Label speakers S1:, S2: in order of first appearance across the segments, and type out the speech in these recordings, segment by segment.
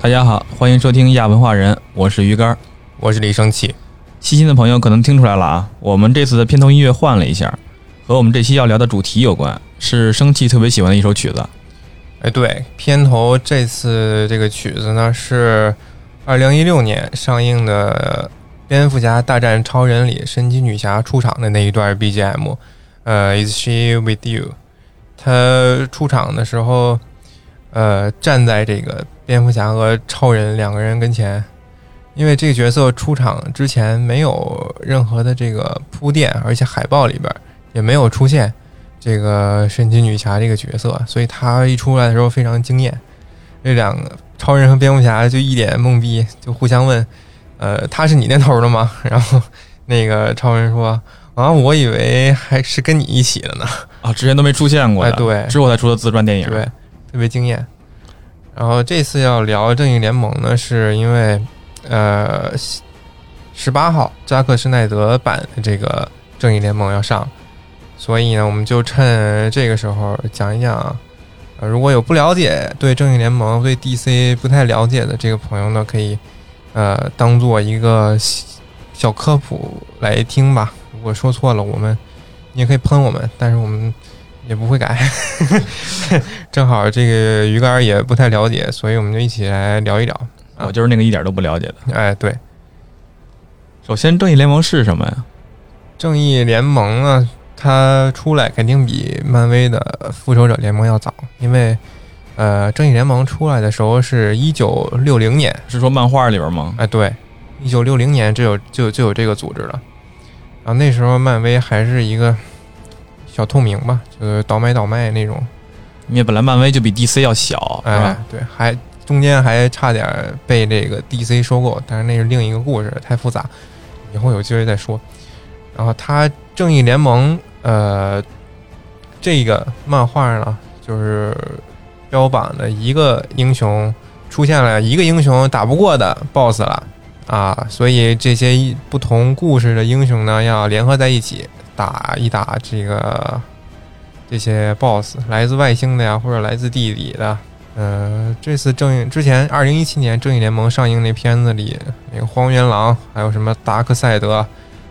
S1: 大家好，欢迎收听亚文化人，我是鱼竿。
S2: 我是李生气，
S1: 细心的朋友可能听出来了啊，我们这次的片头音乐换了一下，和我们这期要聊的主题有关，是生气特别喜欢的一首曲子。
S2: 哎，对，片头这次这个曲子呢是二零一六年上映的《蝙蝠侠大战超人》里神奇女侠出场的那一段 BGM，呃，Is she with you？她出场的时候，呃，站在这个蝙蝠侠和超人两个人跟前，因为这个角色出场之前没有任何的这个铺垫，而且海报里边也没有出现，这个神奇女侠这个角色，所以她一出来的时候非常惊艳。这两个超人和蝙蝠侠就一脸懵逼，就互相问：“呃，他是你那头的吗？” 然后那个超人说：“啊，我以为还是跟你一起的呢。
S1: 啊，之前都没出现”过
S2: 哎，
S1: 的，
S2: 对
S1: 之后才出的自传电影。啊
S2: 对，特别惊艳。然后这次要聊《正义联盟》呢，是因为呃，十八号扎克施耐德版的这个《正义联盟》要上，所以呢，我们就趁这个时候讲一讲啊。呃，如果有不了解对《正义联盟》对 DC 不太了解的这个朋友呢，可以呃当做一个小小科普来听吧。如果说错了，我们你也可以喷我们，但是我们也不会改。正好这个鱼竿也不太了解，所以我们就一起来聊一聊。
S1: 我就是那个一点都不了解的。
S2: 哎，对，
S1: 首先，正义联盟是什么呀？
S2: 正义联盟呢，它出来肯定比漫威的复仇者联盟要早，因为呃，正义联盟出来的时候是一九六零年，
S1: 是说漫画里边吗？
S2: 哎，对，一九六零年就有就有就有这个组织了。然后那时候漫威还是一个小透明吧，就是倒买倒卖那种。
S1: 因为本来漫威就比 DC 要小，是
S2: 哎
S1: 吧？，
S2: 对，还中间还差点被这个 DC 收购，但是那是另一个故事，太复杂，以后有机会再说。然后他正义联盟，呃，这个漫画呢，就是标榜的一个英雄出现了一个英雄打不过的 BOSS 了啊，所以这些不同故事的英雄呢，要联合在一起打一打这个这些 BOSS，来自外星的呀，或者来自地底的。呃，这次正义之前，二零一七年《正义联盟》上映那片子里，那个荒原狼，还有什么达克赛德，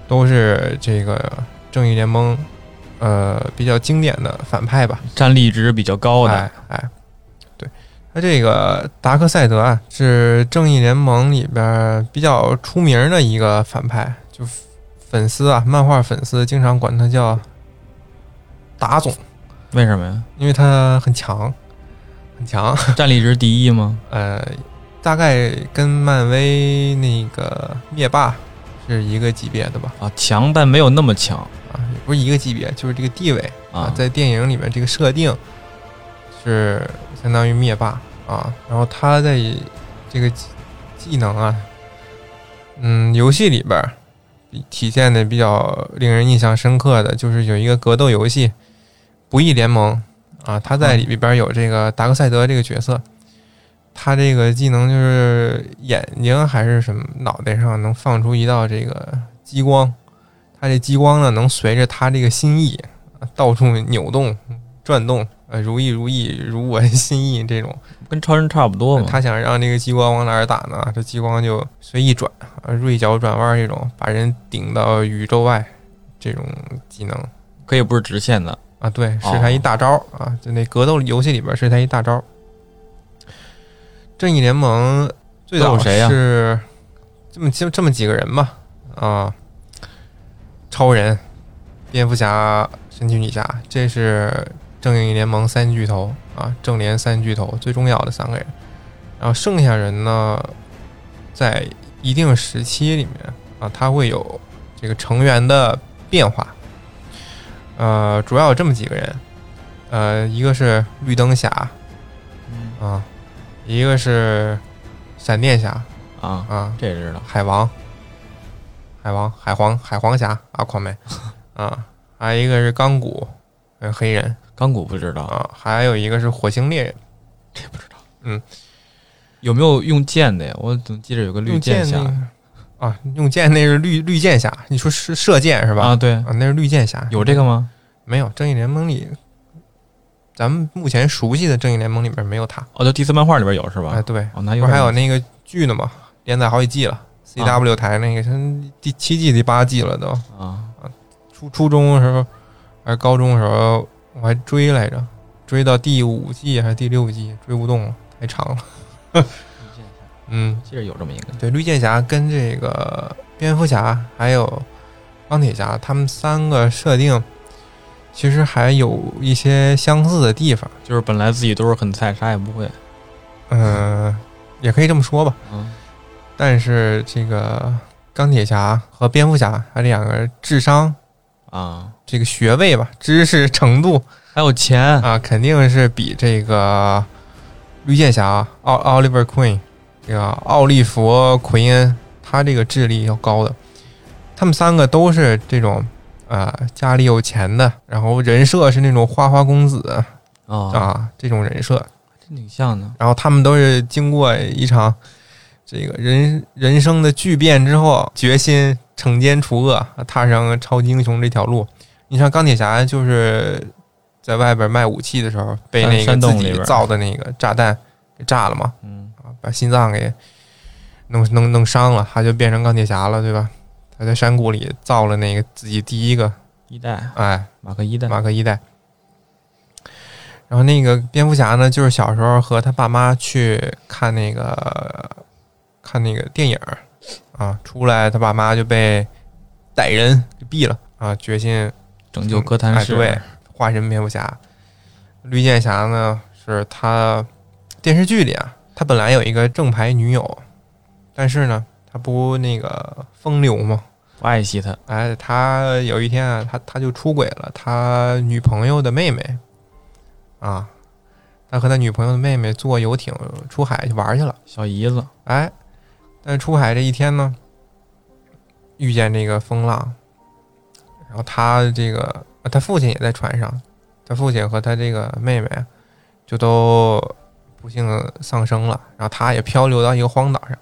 S2: 都是这个正义联盟，呃，比较经典的反派吧。
S1: 战力值比较高的，
S2: 哎哎，对，他这个达克赛德啊，是正义联盟里边儿比较出名儿的一个反派，就粉丝啊，漫画粉丝经常管他叫达总，
S1: 为什么 呀？
S2: 因为他很强，很强。
S1: 战力值第一吗？
S2: 呃，大概跟漫威那个灭霸是一个级别的吧？
S1: 啊，强但没有那么强
S2: 啊，也不是一个级别，就是这个地位
S1: 啊。
S2: 在电影里面这个设定是相当于灭霸啊，然后他在这个技技能啊，嗯，游戏里边儿比体现的比较令人印象深刻的就是有一个格斗游戏《不义联盟》啊，他在里边有这个达克赛德这个角色。他这个技能就是眼睛还是什么，脑袋上能放出一道这个激光，他这激光呢能随着他这个心意到处扭动、转动，呃，如意如意，如我心意这种。
S1: 跟超人差不多嘛。
S2: 哎他想让这个激光往哪儿打呢？这激光就随意转，啊，锐角转弯这种，把人顶到宇宙外，这种技能
S1: 可以不是直线的，
S2: 啊，对，是
S1: 哦
S2: 他一大招儿啊，就那格斗游戏里边是他一大招儿。正义联盟最
S1: 都
S2: 早
S1: 有谁呀
S2: 是这么这这么几个人吧，啊，超人、蝙蝠侠、神奇女侠，这是正义联盟三巨头啊，正联三巨头最重要的三个人。然后剩下人呢，在一定时期里面啊，它会有这个成员的变化。呃，主要有这么几个人，呃，一个是绿灯侠
S1: 嗯
S2: 啊，一个是闪电侠
S1: 啊，
S2: 啊，
S1: 这知道。
S2: 海王、海王、海皇、海皇侠啊，狂妹啊，还有一个是钢骨，呃，黑人
S1: 钢骨不知道，
S2: 啊，还有一个是火星猎人，
S1: 有没有用剑的呀？我怎么记着有个绿
S2: 用
S1: 剑
S2: 剑
S1: 侠
S2: 那个啊，用剑那是绿绿箭侠，你说是射箭是吧？
S1: 啊？对，
S2: 啊，那是绿箭侠，
S1: 有这个吗？
S2: 没有？正义联盟里咱们目前熟悉的正义联盟里面没有他。
S1: 哦，就第四漫画里边有是吧？
S2: 哎，对，
S1: 哦，那
S2: 不
S1: 有啊点
S2: 是还有那个剧呢嘛，连载好几季了，CW 台那个，像第七季、第八季了都。
S1: 啊，
S2: 初初中的时候还是高中的时候，我还追来着，追到第五季还是第六季，追不动了，太长了。 嗯，
S1: 记着有这么一个
S2: 对，绿箭侠跟这个蝙蝠侠还有钢铁侠，他们三个设定其实还有一些相似的地方。
S1: 就是本来自己都是很菜，啥也不会。
S2: 嗯、也可以这么说吧。
S1: 嗯，
S2: 但是这个钢铁侠和蝙蝠侠，他两个智商、
S1: 啊，
S2: 这个学位吧、知识程度
S1: 还有 钱，
S2: 啊，肯定是比这个绿箭侠奥奥利弗·奎恩，这个奥利弗·奎恩，他这个智力要高的。他们三个都是这种啊、家里有钱的，然后人设是那种花花公子
S1: 啊，
S2: 啊，这种人设。
S1: 真挺像的。
S2: 然后他们都是经过一场这个人人生的巨变之后，决心惩奸除恶，踏上超级英雄这条路。你像钢铁侠就是在外边卖武器的时候，被那个
S1: 山
S2: 自
S1: 洞里
S2: 己
S1: 边
S2: 造的那个炸弹给炸了嘛，
S1: 嗯，
S2: 啊把心脏给弄弄弄伤了，他就变成钢铁侠了，对吧？他在山谷里造了那个自己第一个，
S1: 一代
S2: 哎，
S1: 马克一代，
S2: 马克一代。然后那个蝙蝠侠呢，就是小时候和他爸妈去看那个看那个电影儿啊，出来他爸妈就被逮人就毙了啊，决心
S1: 拯救哥谭
S2: 哎
S1: 市。
S2: 对，化身蝙蝠侠。绿箭侠呢，是他电视剧里啊，他本来有一个正牌女友，但是呢，他不那个风流嘛，
S1: 不爱惜他。
S2: 哎，他有一天啊，他他就出轨了他女朋友的妹妹，啊，他和他女朋友的妹妹坐游艇出海去玩去了。
S1: 小姨子，
S2: 哎，但是出海这一天呢，遇见这个风浪，然后他这个啊他父亲也在船上，他父亲和他这个妹妹就都不幸丧生了，然后他也漂流到一个荒岛上，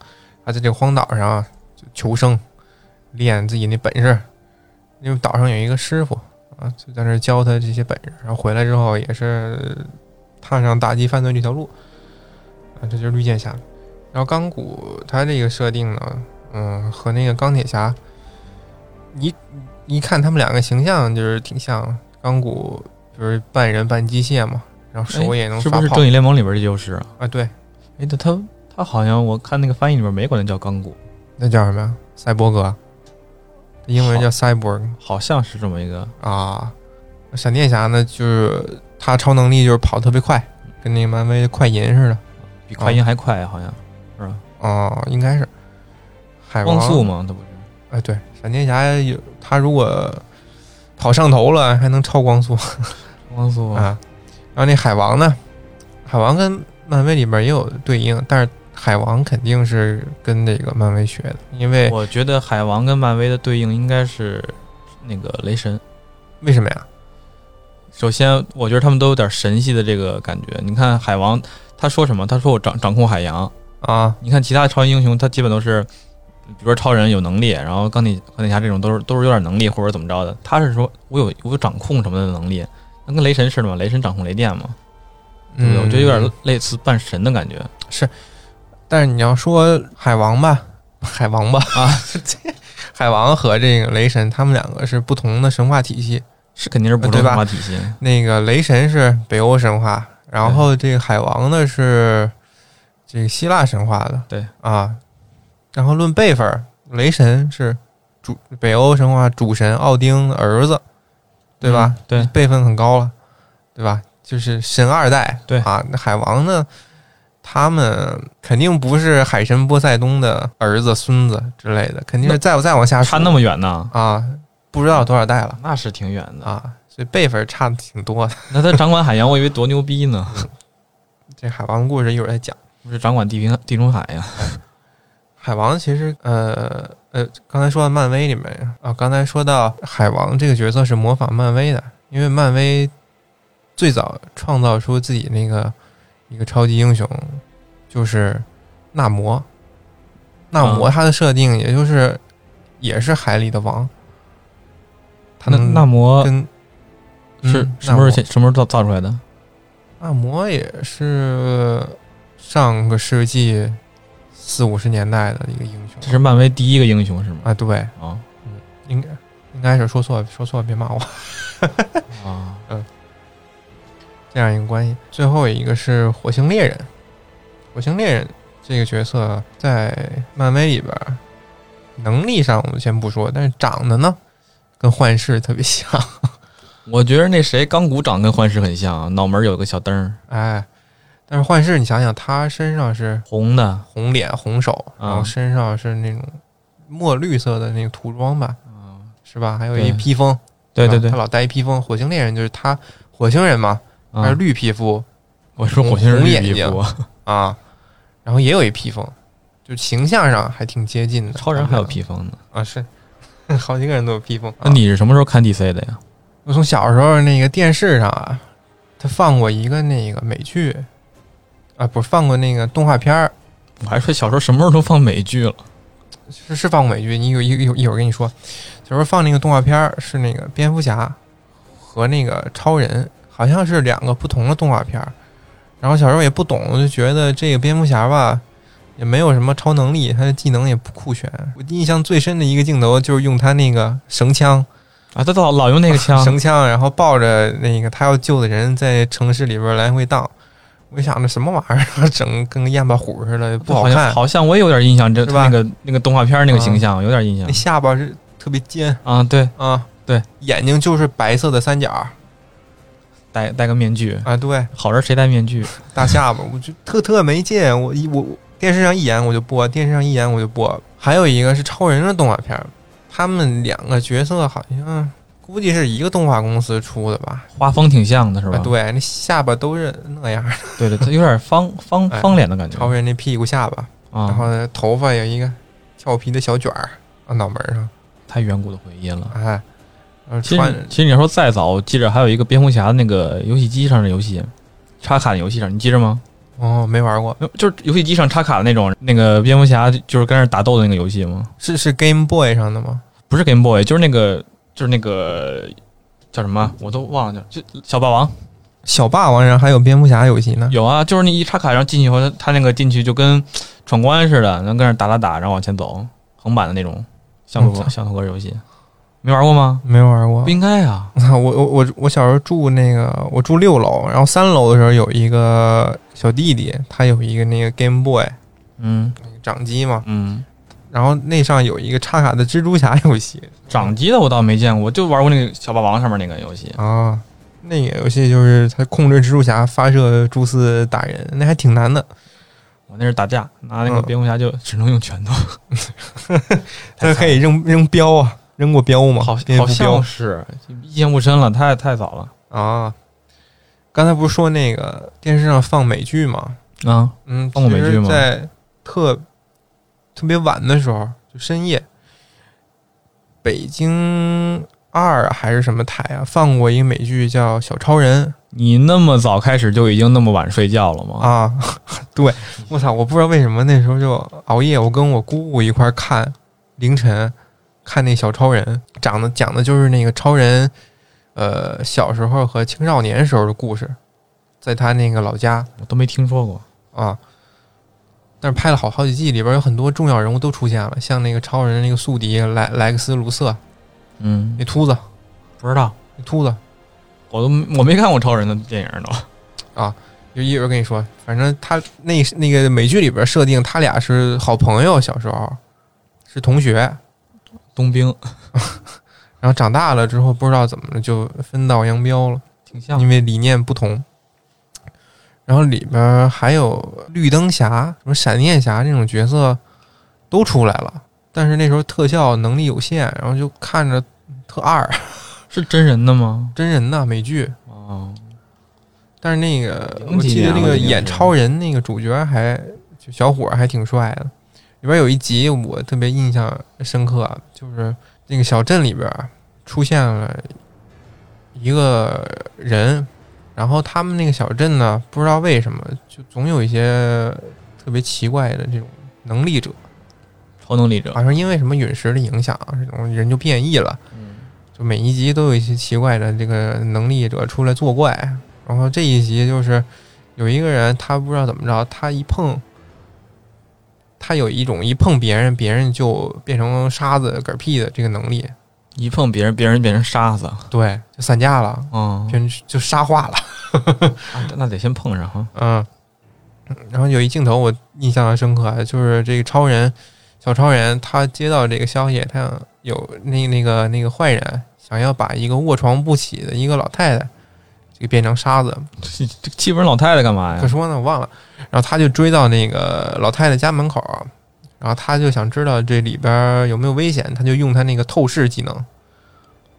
S2: 他在这个荒岛上啊就求生，练自己那本事，因为岛上有一个师傅啊，就在那儿教他这些本事，然后回来之后也是踏上打击犯罪这条路，啊，这就是绿箭侠。然后钢骨他这个设定呢，嗯，和那个钢铁侠，一一看他们两个形象就是挺像的。钢骨就是半人半机械嘛，然后手也能
S1: 是
S2: 发
S1: 不是
S2: 炮
S1: 正义联盟里边这就是啊？
S2: 啊，对，
S1: 哎，他他他好像我看那个翻译里边没管他叫钢骨，
S2: 那叫什么呀？赛博格，英文
S1: 好
S2: 叫 cyborg
S1: 好像是这么一个。
S2: 啊。闪电侠呢，就是他超能力就是跑特别快，跟那个漫威的快银似的
S1: 比快银还快，啊好像是吧？
S2: 哦，应该是海王
S1: 光速嘛，他不是？
S2: 哎，对，闪电侠有他如果跑上头了，还能超光速
S1: 光速啊，
S2: 啊。然后那海王呢，海王跟漫威里边也有对应，但是海王肯定是跟这个漫威学的，因为
S1: 我觉得海王跟漫威的对应应该是那个雷神。
S2: 为什么呀？
S1: 首先，我觉得他们都有点神系的这个感觉。你看海王，他说什么？他说我掌掌控海洋。
S2: 啊，
S1: 你看其他的超级英雄，他基本都是，比如说超人有能力，然后钢铁钢铁侠这种都是都是有点能力或者怎么着的。他是说我有我有掌控什么的能力，那跟雷神似的嘛，雷神掌控雷电嘛，对不对？
S2: 嗯，
S1: 我觉得有点类似半神的感觉。
S2: 但是你要说海王吧， 海王吧
S1: 啊，
S2: 这 海王和这个雷神他们两个是不同的神话体系。
S1: 是肯定是不同
S2: 对吧
S1: 文化体系，
S2: 那个雷神是北欧神话，然后这个海王呢是这个希腊神话的。
S1: 对
S2: 啊，然后论辈分儿，雷神是主北欧神话主神奥丁的儿子，对吧？
S1: 嗯对，
S2: 辈分很高了，对吧？就是神二代，
S1: 对
S2: 啊。那海王呢？他们肯定不是海神波塞冬的儿子、孙子之类的，肯定是再再往下
S1: 差
S2: 数
S1: 那么远呢，
S2: 啊，不知道多少代了
S1: 那是挺远的。
S2: 啊，所以辈分差的挺多的。
S1: 那他掌管海洋，我以为多牛逼呢，
S2: 这海王的故事一会儿再讲。
S1: 不是掌管地平地中海呀？
S2: 海王其实，呃呃，刚才说到漫威里面啊，刚才说到海王这个角色是模仿漫威的，因为漫威最早创造出自己那个一个超级英雄，就是纳摩。纳摩
S1: 啊
S2: 他的设定也就是也是海里的王，他
S1: 那
S2: 能
S1: 那摩
S2: 跟
S1: 是
S2: 嗯
S1: 什么时候
S2: 纳摩
S1: 先什么时候造造出来的？
S2: 按摩也是上个世纪四五十年代的一个英雄，
S1: 这是漫威第一个英雄是吗？
S2: 啊，对，
S1: 啊
S2: 应该应该是说错了，说错了别骂我。
S1: 啊，
S2: 这样一个关系。最后一个是火星猎人，火星猎人这个角色在漫威里边儿，能力上我们先不说，但是长得呢跟幻视特别像，
S1: 我觉得那谁钢骨长得跟幻视很像，脑门儿有个小灯儿，
S2: 哎，但是幻视你想想，他身上是
S1: 红的，
S2: 红脸红手，
S1: 啊
S2: 然后身上是那种墨绿色的那个涂装吧，是吧？还有一
S1: 啊对
S2: 披风，
S1: 对对
S2: 是吧
S1: 对
S2: 他，老戴一披风。火星猎人就是他火星人嘛，他
S1: 啊
S2: 是绿皮肤，
S1: 我说火星人
S2: 红
S1: 绿
S2: 眼
S1: 皮
S2: 睛
S1: 肤，
S2: 啊，然后也有一披风，就形象上还挺接近的。
S1: 超人还有披风呢。
S2: 啊，是 好几个人都有披风。
S1: 那
S2: 啊
S1: 你是什么时候看 DC 的呀？
S2: 我从小时候那个电视上啊，他放过一个那个美剧，啊，不是放过那个动画片儿，
S1: 我还说小时候什么时候都放美剧了
S2: 是是放过美剧。你有一一一会儿跟你说，小时候放那个动画片儿是那个蝙蝠侠和那个超人，好像是两个不同的动画片儿。然后小时候也不懂，我就觉得这个蝙蝠侠吧，也没有什么超能力，他的技能也不酷炫。我印象最深的一个镜头就是用他那个绳枪，
S1: 啊！他老老用那个枪，
S2: 绳枪，然后抱着那个他要救的人在城市里边来回荡。我一想这什么玩意儿， 整跟个燕巴虎似的，不好
S1: 好像
S2: 看。
S1: 好像我也有点印象，这
S2: 是吧啊
S1: 那个那个动画片那个形象有点印象
S2: 那下巴是特别尖
S1: 啊。对，
S2: 啊，
S1: 对，
S2: 眼睛就是白色的三角儿
S1: 戴戴个面具，
S2: 啊，对，
S1: 好人谁戴面具？
S2: 大下巴，我就特特没劲。我一我我电视上一演我就播，电视上一演我就播。还有一个是超人的动画片儿，他们两个角色好像估计是一个动画公司出的吧？
S1: 画风挺像的是吧
S2: 啊，？对，那下巴都是那样儿，
S1: 对对，他有点方方
S2: 哎
S1: 方脸的感觉
S2: 超人那屁股下巴。然
S1: 啊，
S2: 后呢，头发有一个俏皮的小卷儿啊，脑门儿上，
S1: 太远古的回忆了。
S2: 哎，然后
S1: 其
S2: 穿
S1: 实其实你要说再早，我记着还有一个蝙蝠侠的那个游戏机上的游戏，插卡的游戏上，你记着吗？
S2: 哦，没玩过，
S1: 没有就是游戏机上插卡的那种，那个蝙蝠侠就是跟那儿打斗的那个游戏吗？
S2: 是是 Game Boy 上的吗？
S1: 不是 Game Boy，就是那个就是那个叫什么，我都忘了，就小霸王
S2: 小霸王上还有蝙蝠侠游戏呢，
S1: 有啊，就是你一插卡，然后进去以后，他那个进去就跟闯关似的，然后跟那儿打打打，然后往前走，横版的那种像素
S2: 嗯哦
S1: 格像素格游戏，没玩过吗？
S2: 没玩过
S1: 不。应该啊，
S2: 我我我我小时候住那个，我住六楼，然后三楼的时候有一个小弟弟，他有一个那个 Game Boy
S1: 嗯
S2: 掌机嘛，
S1: 嗯，
S2: 然后那上有一个插卡的蜘蛛侠游戏
S1: 掌机的我倒没见过，我就玩过那个小霸王上面那个游戏，
S2: 啊，那个游戏就是他控制蜘蛛侠发射蛛丝打人，那还挺难的。
S1: 我那是打架，拿那个
S2: 嗯
S1: 蝙蝠侠就只能用拳头，
S2: 他可以扔扔镖啊，扔过镖吗？
S1: 好
S2: 蝙
S1: 好
S2: 蝠镖
S1: 像是印象不深了，太太早了
S2: 啊。刚才不是说那个电视上放美剧吗？
S1: 啊，
S2: 嗯，
S1: 放过美剧吗
S2: 其实在特特别晚的时候，就深夜，北京二还是什么台啊，放过一个美剧叫《小超人
S1: 你那么早开始就已经那么晚睡觉了》吗？
S2: 啊。 对，我操，我不知道为什么那时候就熬夜，我跟我姑姑一块儿看，凌晨看那小超人，讲的讲的就是那个超人，呃，小时候和青少年时候的故事，在他那个老家
S1: 我都没听说过。
S2: 啊。但是拍了好好几季，里边有很多重要人物都出现了，像那个超人那个宿敌莱莱克斯·卢瑟，
S1: 嗯
S2: 那，秃子，
S1: 不知道，
S2: 那秃子，
S1: 我都我没看过超人的电影都。
S2: 就一会儿跟你说，反正他那那个美剧里边设定他俩是好朋友，小时候是同学，
S1: 冬兵
S2: 然后长大了之后，不知道怎么了就分道扬镳了，
S1: 挺像
S2: 因为理念不同。然后里边还有绿灯侠、什么闪电侠这种角色都出来了，但是那时候特效能力有限，然后就看着特二，
S1: 是真人的吗？
S2: 真人呐美剧。
S1: 哦，
S2: 但是那个
S1: 零
S2: 我
S1: 几
S2: 记得
S1: 年
S2: 那
S1: 了
S2: 个
S1: 已经
S2: 演
S1: 是
S2: 超人那个主角还就小伙儿还挺帅的，里边有一集我特别印象深刻，就是那个小镇里边出现了一个人，然后他们那个小镇呢，不知道为什么就总有一些特别奇怪的这种能力者，
S1: 超能力者
S2: 好。像因为什么陨石的影响，这种人就变异了。
S1: 嗯，
S2: 就每一集都有一些奇怪的这个能力者出来作怪，然后这一集就是有一个人，他不知道怎么着，他一碰，他有一种一碰别人，别人就变成沙子嗝屁的这个能力，
S1: 一碰别人，别人变成沙子，
S2: 对，就散架了，
S1: 嗯，
S2: 变成就沙化了，
S1: 啊那得先碰上哈，
S2: 嗯。然后有一镜头我印象很深刻，就是这个超人小超人，他接到这个消息，他想有那那个那个坏人想要把一个卧床不起的一个老太太给变成沙子，
S1: 这这欺负人老太太干嘛
S2: 可
S1: 呀？
S2: 说呢，我忘了。然后他就追到那个老太太家门口，然后他就想知道这里边有没有危险，他就用他那个透视技能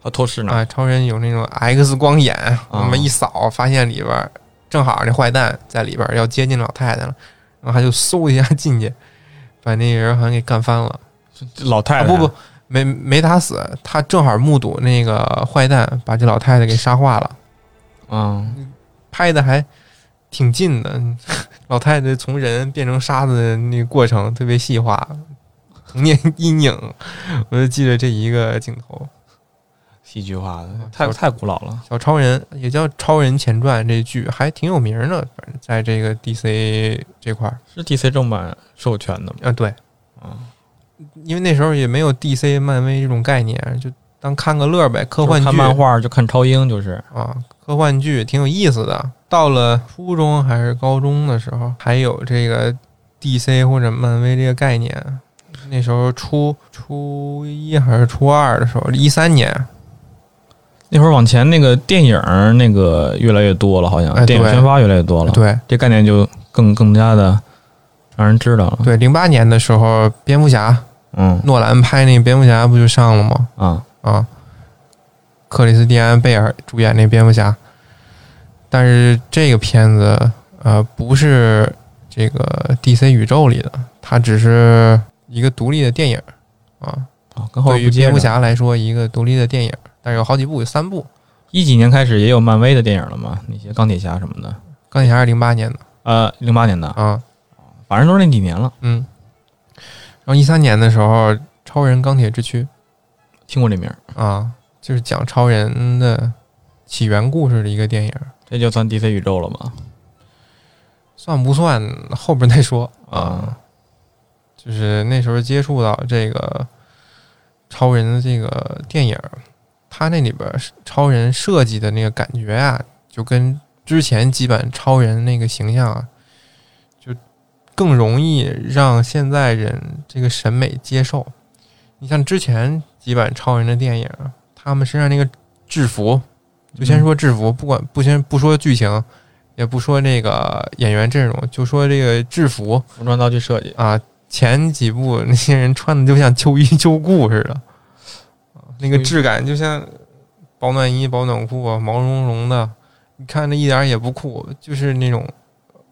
S1: 啊，透视呢？
S2: 啊，超人有那种 X 光眼，那么一扫发现里边正好这坏蛋在里边要接近老太太了，然后他就嗖一下 进去，把那人好像给干翻了。
S1: 这老太
S2: 啊、
S1: 太
S2: 不不，没没打死，他正好目睹那个坏蛋把这老太太给杀化了。
S1: 嗯，
S2: 拍的还挺近的， 老太太从人变成沙子的那个过程特别细化，童年 阴影，我就记得这一个镜头。
S1: 戏剧化的
S2: 嗯，
S1: 太
S2: 小
S1: 太古老了。
S2: 小超人也叫《超人前传》这剧还挺有名的，反正在这个 DC 这块儿
S1: 是 DC 正版授权的吗？
S2: 啊，对，
S1: 啊，
S2: 因为那时候也没有 DC、漫威这种概念，就当看个乐儿呗，科幻
S1: 就是
S2: 剧
S1: 看漫画就看超英，就是
S2: 啊，科幻剧挺有意思的。到了初中还是高中的时候，还有这个 DC 或者漫威这个概念。那时候初初一还是初二的时候，一三年，
S1: 那会儿往前那个电影儿那个越来越多了，好像、
S2: 哎对哎
S1: 电影宣发越来越多了，
S2: 对
S1: 这概念就更更加的让人知道了。
S2: 对，零八年的时候，蝙蝠侠
S1: 嗯
S2: 诺兰拍那个蝙蝠侠不就上了吗？
S1: 啊，
S2: 啊，克里斯蒂安贝尔主演那蝙蝠侠，但是这个片子呃不是这个 DC 宇宙里的，它只是一个独立的电影啊。
S1: 哦，跟后
S2: 对
S1: 边
S2: 于
S1: 不接
S2: 蝙蝠
S1: 着。
S2: 侠来说，一个独立的电影，但是有好几部，有三部。
S1: 一几年开始也有漫威的电影了嘛？那些钢铁侠什么的，
S2: 钢铁侠是零八年的
S1: 呃，零八年的，
S2: 啊，
S1: 反正都是那几年了。
S2: 嗯。然后一三年的时候，超人钢铁之躯
S1: 听过这名儿，
S2: 啊，就是讲超人的起源故事的一个电影，
S1: 这就算 DC 宇宙了吧？
S2: 算不算后边再说啊。
S1: 啊，
S2: 就是那时候接触到这个超人的这个电影，他那里边儿超人设计的那个感觉啊，就跟之前几版超人那个形象啊，就更容易让现在人这个审美接受。你像之前几版超人的电影，他们身上那个制服，就先说制服，不管不先不说剧情，也不说那个演员阵容，就说这个制服，
S1: 服装道具设计，
S2: 啊，前几部那些人穿的就像秋衣秋裤似的，啊那个质感就像保暖衣、保暖裤啊，毛茸茸的，你看着一点儿也不酷，就是那种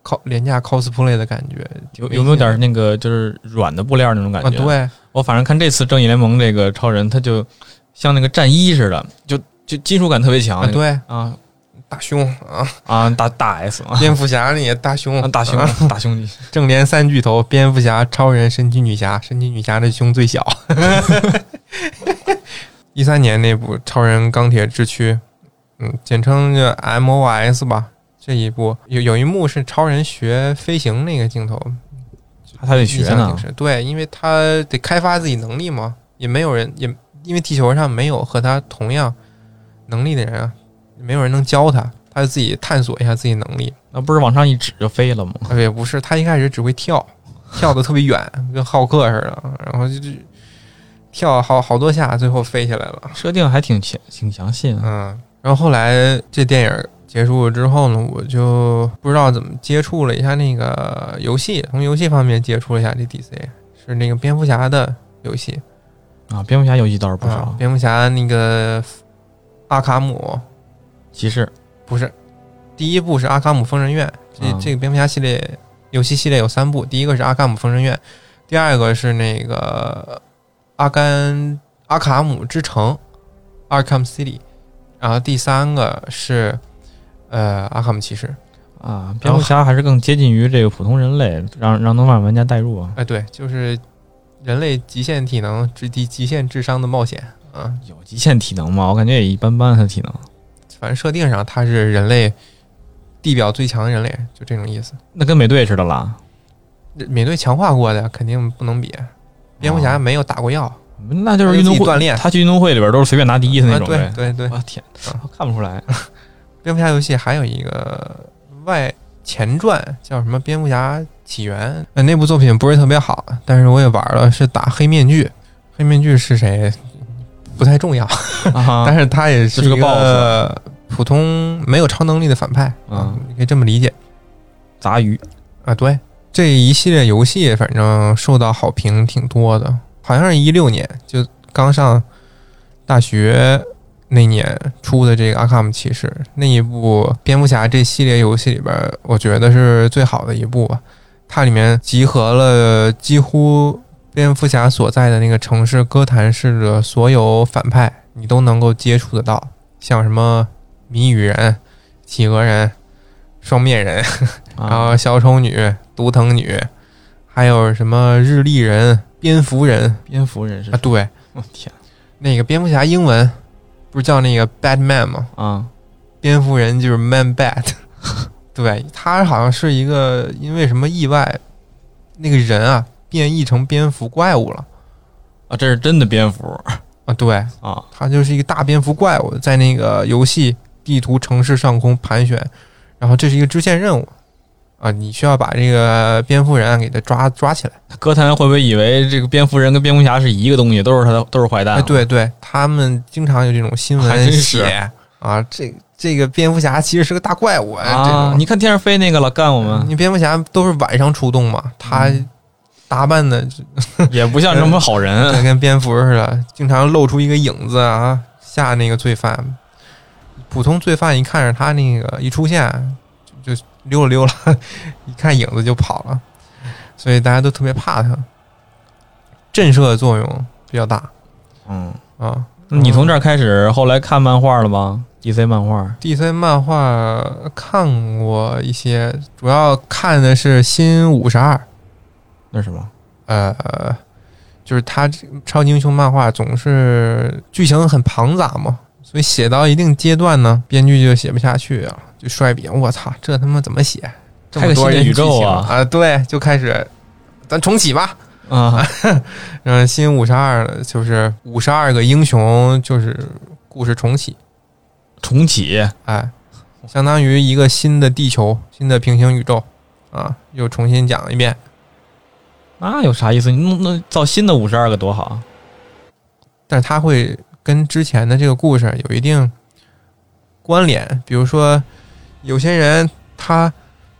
S2: cos 廉价 cosplay 的感觉。
S1: 有有没有点儿那个就是软的布料那种感
S2: 啊，
S1: 觉？
S2: 对，
S1: 我反正看这次正义联盟这个超人，他就像那个战衣似的，就就金属感特别强。
S2: 啊，对，
S1: 啊
S2: 大胸啊，
S1: 啊，大大 S 啊，
S2: 蝙蝠侠那也大胸
S1: 啊，大胸
S2: 啊
S1: 大胸肌，
S2: 正联三巨头：蝙蝠侠、超人、神奇女侠。神奇女侠的胸最小。 一三年那部《超人钢铁之躯》，嗯，简称就 MOS 吧。这一部有有一幕是超人学飞行那个镜头，
S1: 他还得学
S2: 印象
S1: 呢
S2: 挺。深对，因为他得开发自己能力嘛，也没有人，也因为地球上没有和他同样能力的人啊，没有人能教他，他就自己探索一下自己能力。
S1: 那不是往上一指就飞了吗？
S2: 啊，也不是，他一开始只会跳，跳的特别远，跟浩克似的，然后就就跳好好多下，最后飞起来了。
S1: 设定还挺详挺详细啊的。
S2: 嗯，然后后来这电影结束之后呢，我就不知道怎么接触了一下那个游戏，从游戏方面接触了一下这 DC，是那个蝙蝠侠的游戏，
S1: 啊，蝙蝠侠游戏倒是不
S2: 啊
S1: 少，，
S2: 蝙蝠侠那个阿卡姆
S1: 骑士
S2: 不是，第一部是《阿卡姆疯人院》，这、
S1: 嗯
S2: 这个蝙蝠侠系列游戏系列有三部，第一个是《阿卡姆疯人院》，第二个是那个阿甘阿卡姆之城 （Arkham City），然后第三个是呃阿卡姆骑士。
S1: 啊，蝙蝠侠还是更接近于这个普通人类，让让能把玩家带入啊。
S2: 哎，对，就是人类极限体能、极极极限智商的冒险啊。
S1: 有极限体能吗？我感觉也一般般，他体能
S2: 反正设定上它是人类地表最强人类，就这种意思。
S1: 那跟美队似的啦。
S2: 美队强化过的肯定不能比，蝙蝠
S1: 哦
S2: 侠没有打过药，
S1: 那就是运动
S2: 自己
S1: 会
S2: 锻炼
S1: 他去运动会里边都是随便拿第一的那
S2: 啊
S1: 种
S2: 对
S1: 呗。
S2: 对对
S1: 我，天，
S2: 嗯
S1: 看不出来。
S2: 蝙蝠侠游戏还有一个外前传叫什么《蝙蝠侠起源》，呃，那部作品不是特别好，但是我也玩了，是打黑面具。黑面具是谁不太重要，
S1: 啊哈
S2: 但是他也是
S1: 这是个
S2: 一个普通没有超能力的反派啊
S1: 嗯，
S2: 你可以这么理解
S1: 杂鱼
S2: 啊。对，这一系列游戏反正受到好评挺多的，好像是一六年就刚上大学那年出的这个《阿卡姆骑士》那一部蝙蝠侠这系列游戏里边，我觉得是最好的一部吧。它里面集合了几乎蝙蝠侠所在的那个城市哥谭市的所有反派，你都能够接触得到，像什么谜语人、企鹅人、双面人，然
S1: 啊，
S2: 后小丑女、毒藤女，还有什么日历人、蝙蝠人
S1: 蝙蝠人是
S2: 啊？，对，
S1: 我天
S2: 那个蝙蝠侠英文不是叫那个 Batman 吗？
S1: 啊，
S2: 蝙蝠人就是 Man Bat，对他好像是一个因为什么意外，那个人啊变异成蝙蝠怪物了
S1: 啊，这是真的蝙蝠
S2: 啊，对
S1: 啊！
S2: 他就是一个大蝙蝠怪物，在那个游戏地图城市上空盘旋，然后这是一个支线任务啊，你需要把这个蝙蝠人啊给他抓抓起来。
S1: 哥谭会不会以为这个蝙蝠人跟蝙蝠侠是一个东西，都是他的都是坏蛋？
S2: 哎，，对对，他们经常有这种新
S1: 啊还真
S2: 闻
S1: 是
S2: 写啊，这这个蝙蝠侠其实是个大怪物哎这
S1: 啊，
S2: 种
S1: 你看天上飞那个嗯老干我们，
S2: 你蝙蝠侠都是晚上出动嘛，他
S1: 嗯
S2: 打 扮的就
S1: 也不像什么好人。
S2: 跟蝙蝠似的，经常露出一个影子啊，吓那个罪犯。普通罪犯一看着他那个一出现，就就溜了 溜了，一看影子就跑了，所以大家都特别怕他。震慑作用比较大
S1: 嗯，
S2: 啊。
S1: 那你从这儿开始，后来看漫画了吗？DC 漫画
S2: DC 漫画看过一些，主要看的是新五十二，
S1: 那是什么？
S2: 呃，就是他这超级英雄漫画总是剧情很庞杂嘛，所以写到一定阶段呢，编剧就写不下去啊，就摔笔，我操，这他妈怎么写？这
S1: 开个
S2: 么多
S1: 新的
S2: 人
S1: 宇宙
S2: 剧情
S1: 啊
S2: 啊、对，就开始咱重启吧。
S1: 啊，
S2: 嗯，新五十二就是五十二个英雄，就是故事重启，
S1: 重启
S2: 哎，相当于一个新的地球、新的平行宇宙啊，又重新讲一遍。
S1: 那啊有啥意思？你弄弄造新的五十二个多好
S2: 但是它会跟之前的这个故事有一定关联。比如说，有些人他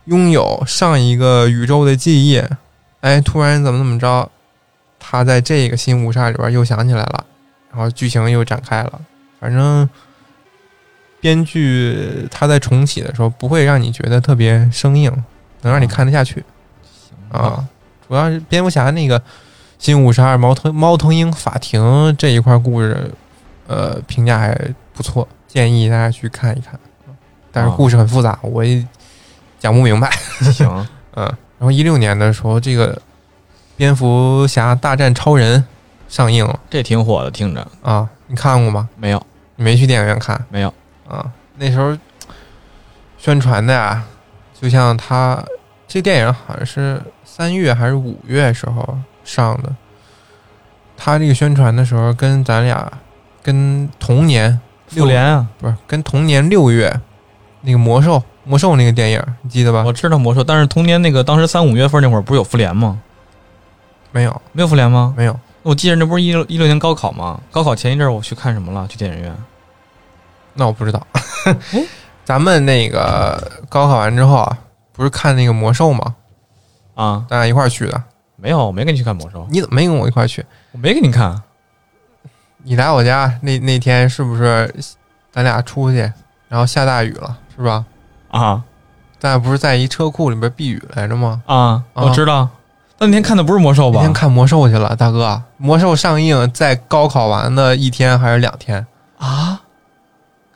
S2: 拥有上一个宇宙的记忆，哎，突然怎么怎么着，他在这个新五杀里边又想起来了，然后剧情又展开了。反正编剧他在重启的时候不会让你觉得特别生硬，能让你看得下去。啊，主要是蝙蝠侠那个新五十二猫头猫头鹰法庭这一块故事，呃，评价还不错，建议大家去看一看。但是
S1: 啊
S2: 故事很复杂，我也讲不明白。
S1: 行，
S2: 嗯，然后一六年的时候，这个《蝙蝠侠大战超人》上映了
S1: 这挺火的，听着
S2: 啊，你看过吗？
S1: 没有
S2: 你没去电影院看？
S1: 没有，
S2: 啊，那时候宣传的呀、就像他这电影好像是三月还是五月时候上的，他这个宣传的时候跟咱俩跟同年
S1: 复联啊，
S2: 不是跟同年六月那个魔兽魔兽那个电影，你记得吧
S1: 我？知道魔兽，但是童年那个当时三五月份那会儿不是有复联吗？
S2: 没有
S1: 没有复联吗？
S2: 没有，
S1: 我记着那不是一六一六年高考吗？高考前一阵儿我去看什么了？去电影院
S2: 那我不知道
S1: 哎。
S2: 咱们那个高考完之后啊，不是看那个魔兽吗？
S1: 啊？
S2: 咱俩一块儿去的，
S1: 没有，我没跟你去看魔兽，
S2: 你怎么没跟我一块儿去？
S1: 我没给你看。
S2: 你来我家那那天是不是咱俩出去，然后下大雨了，是吧？
S1: 啊
S2: 咱俩不是在一车库里边避雨来着吗？
S1: 啊！我知道，那天看的不是魔兽
S2: 那
S1: 吧
S2: 天？看魔兽去了，大哥，魔兽上映在高考完的一天还是两天，
S1: 啊，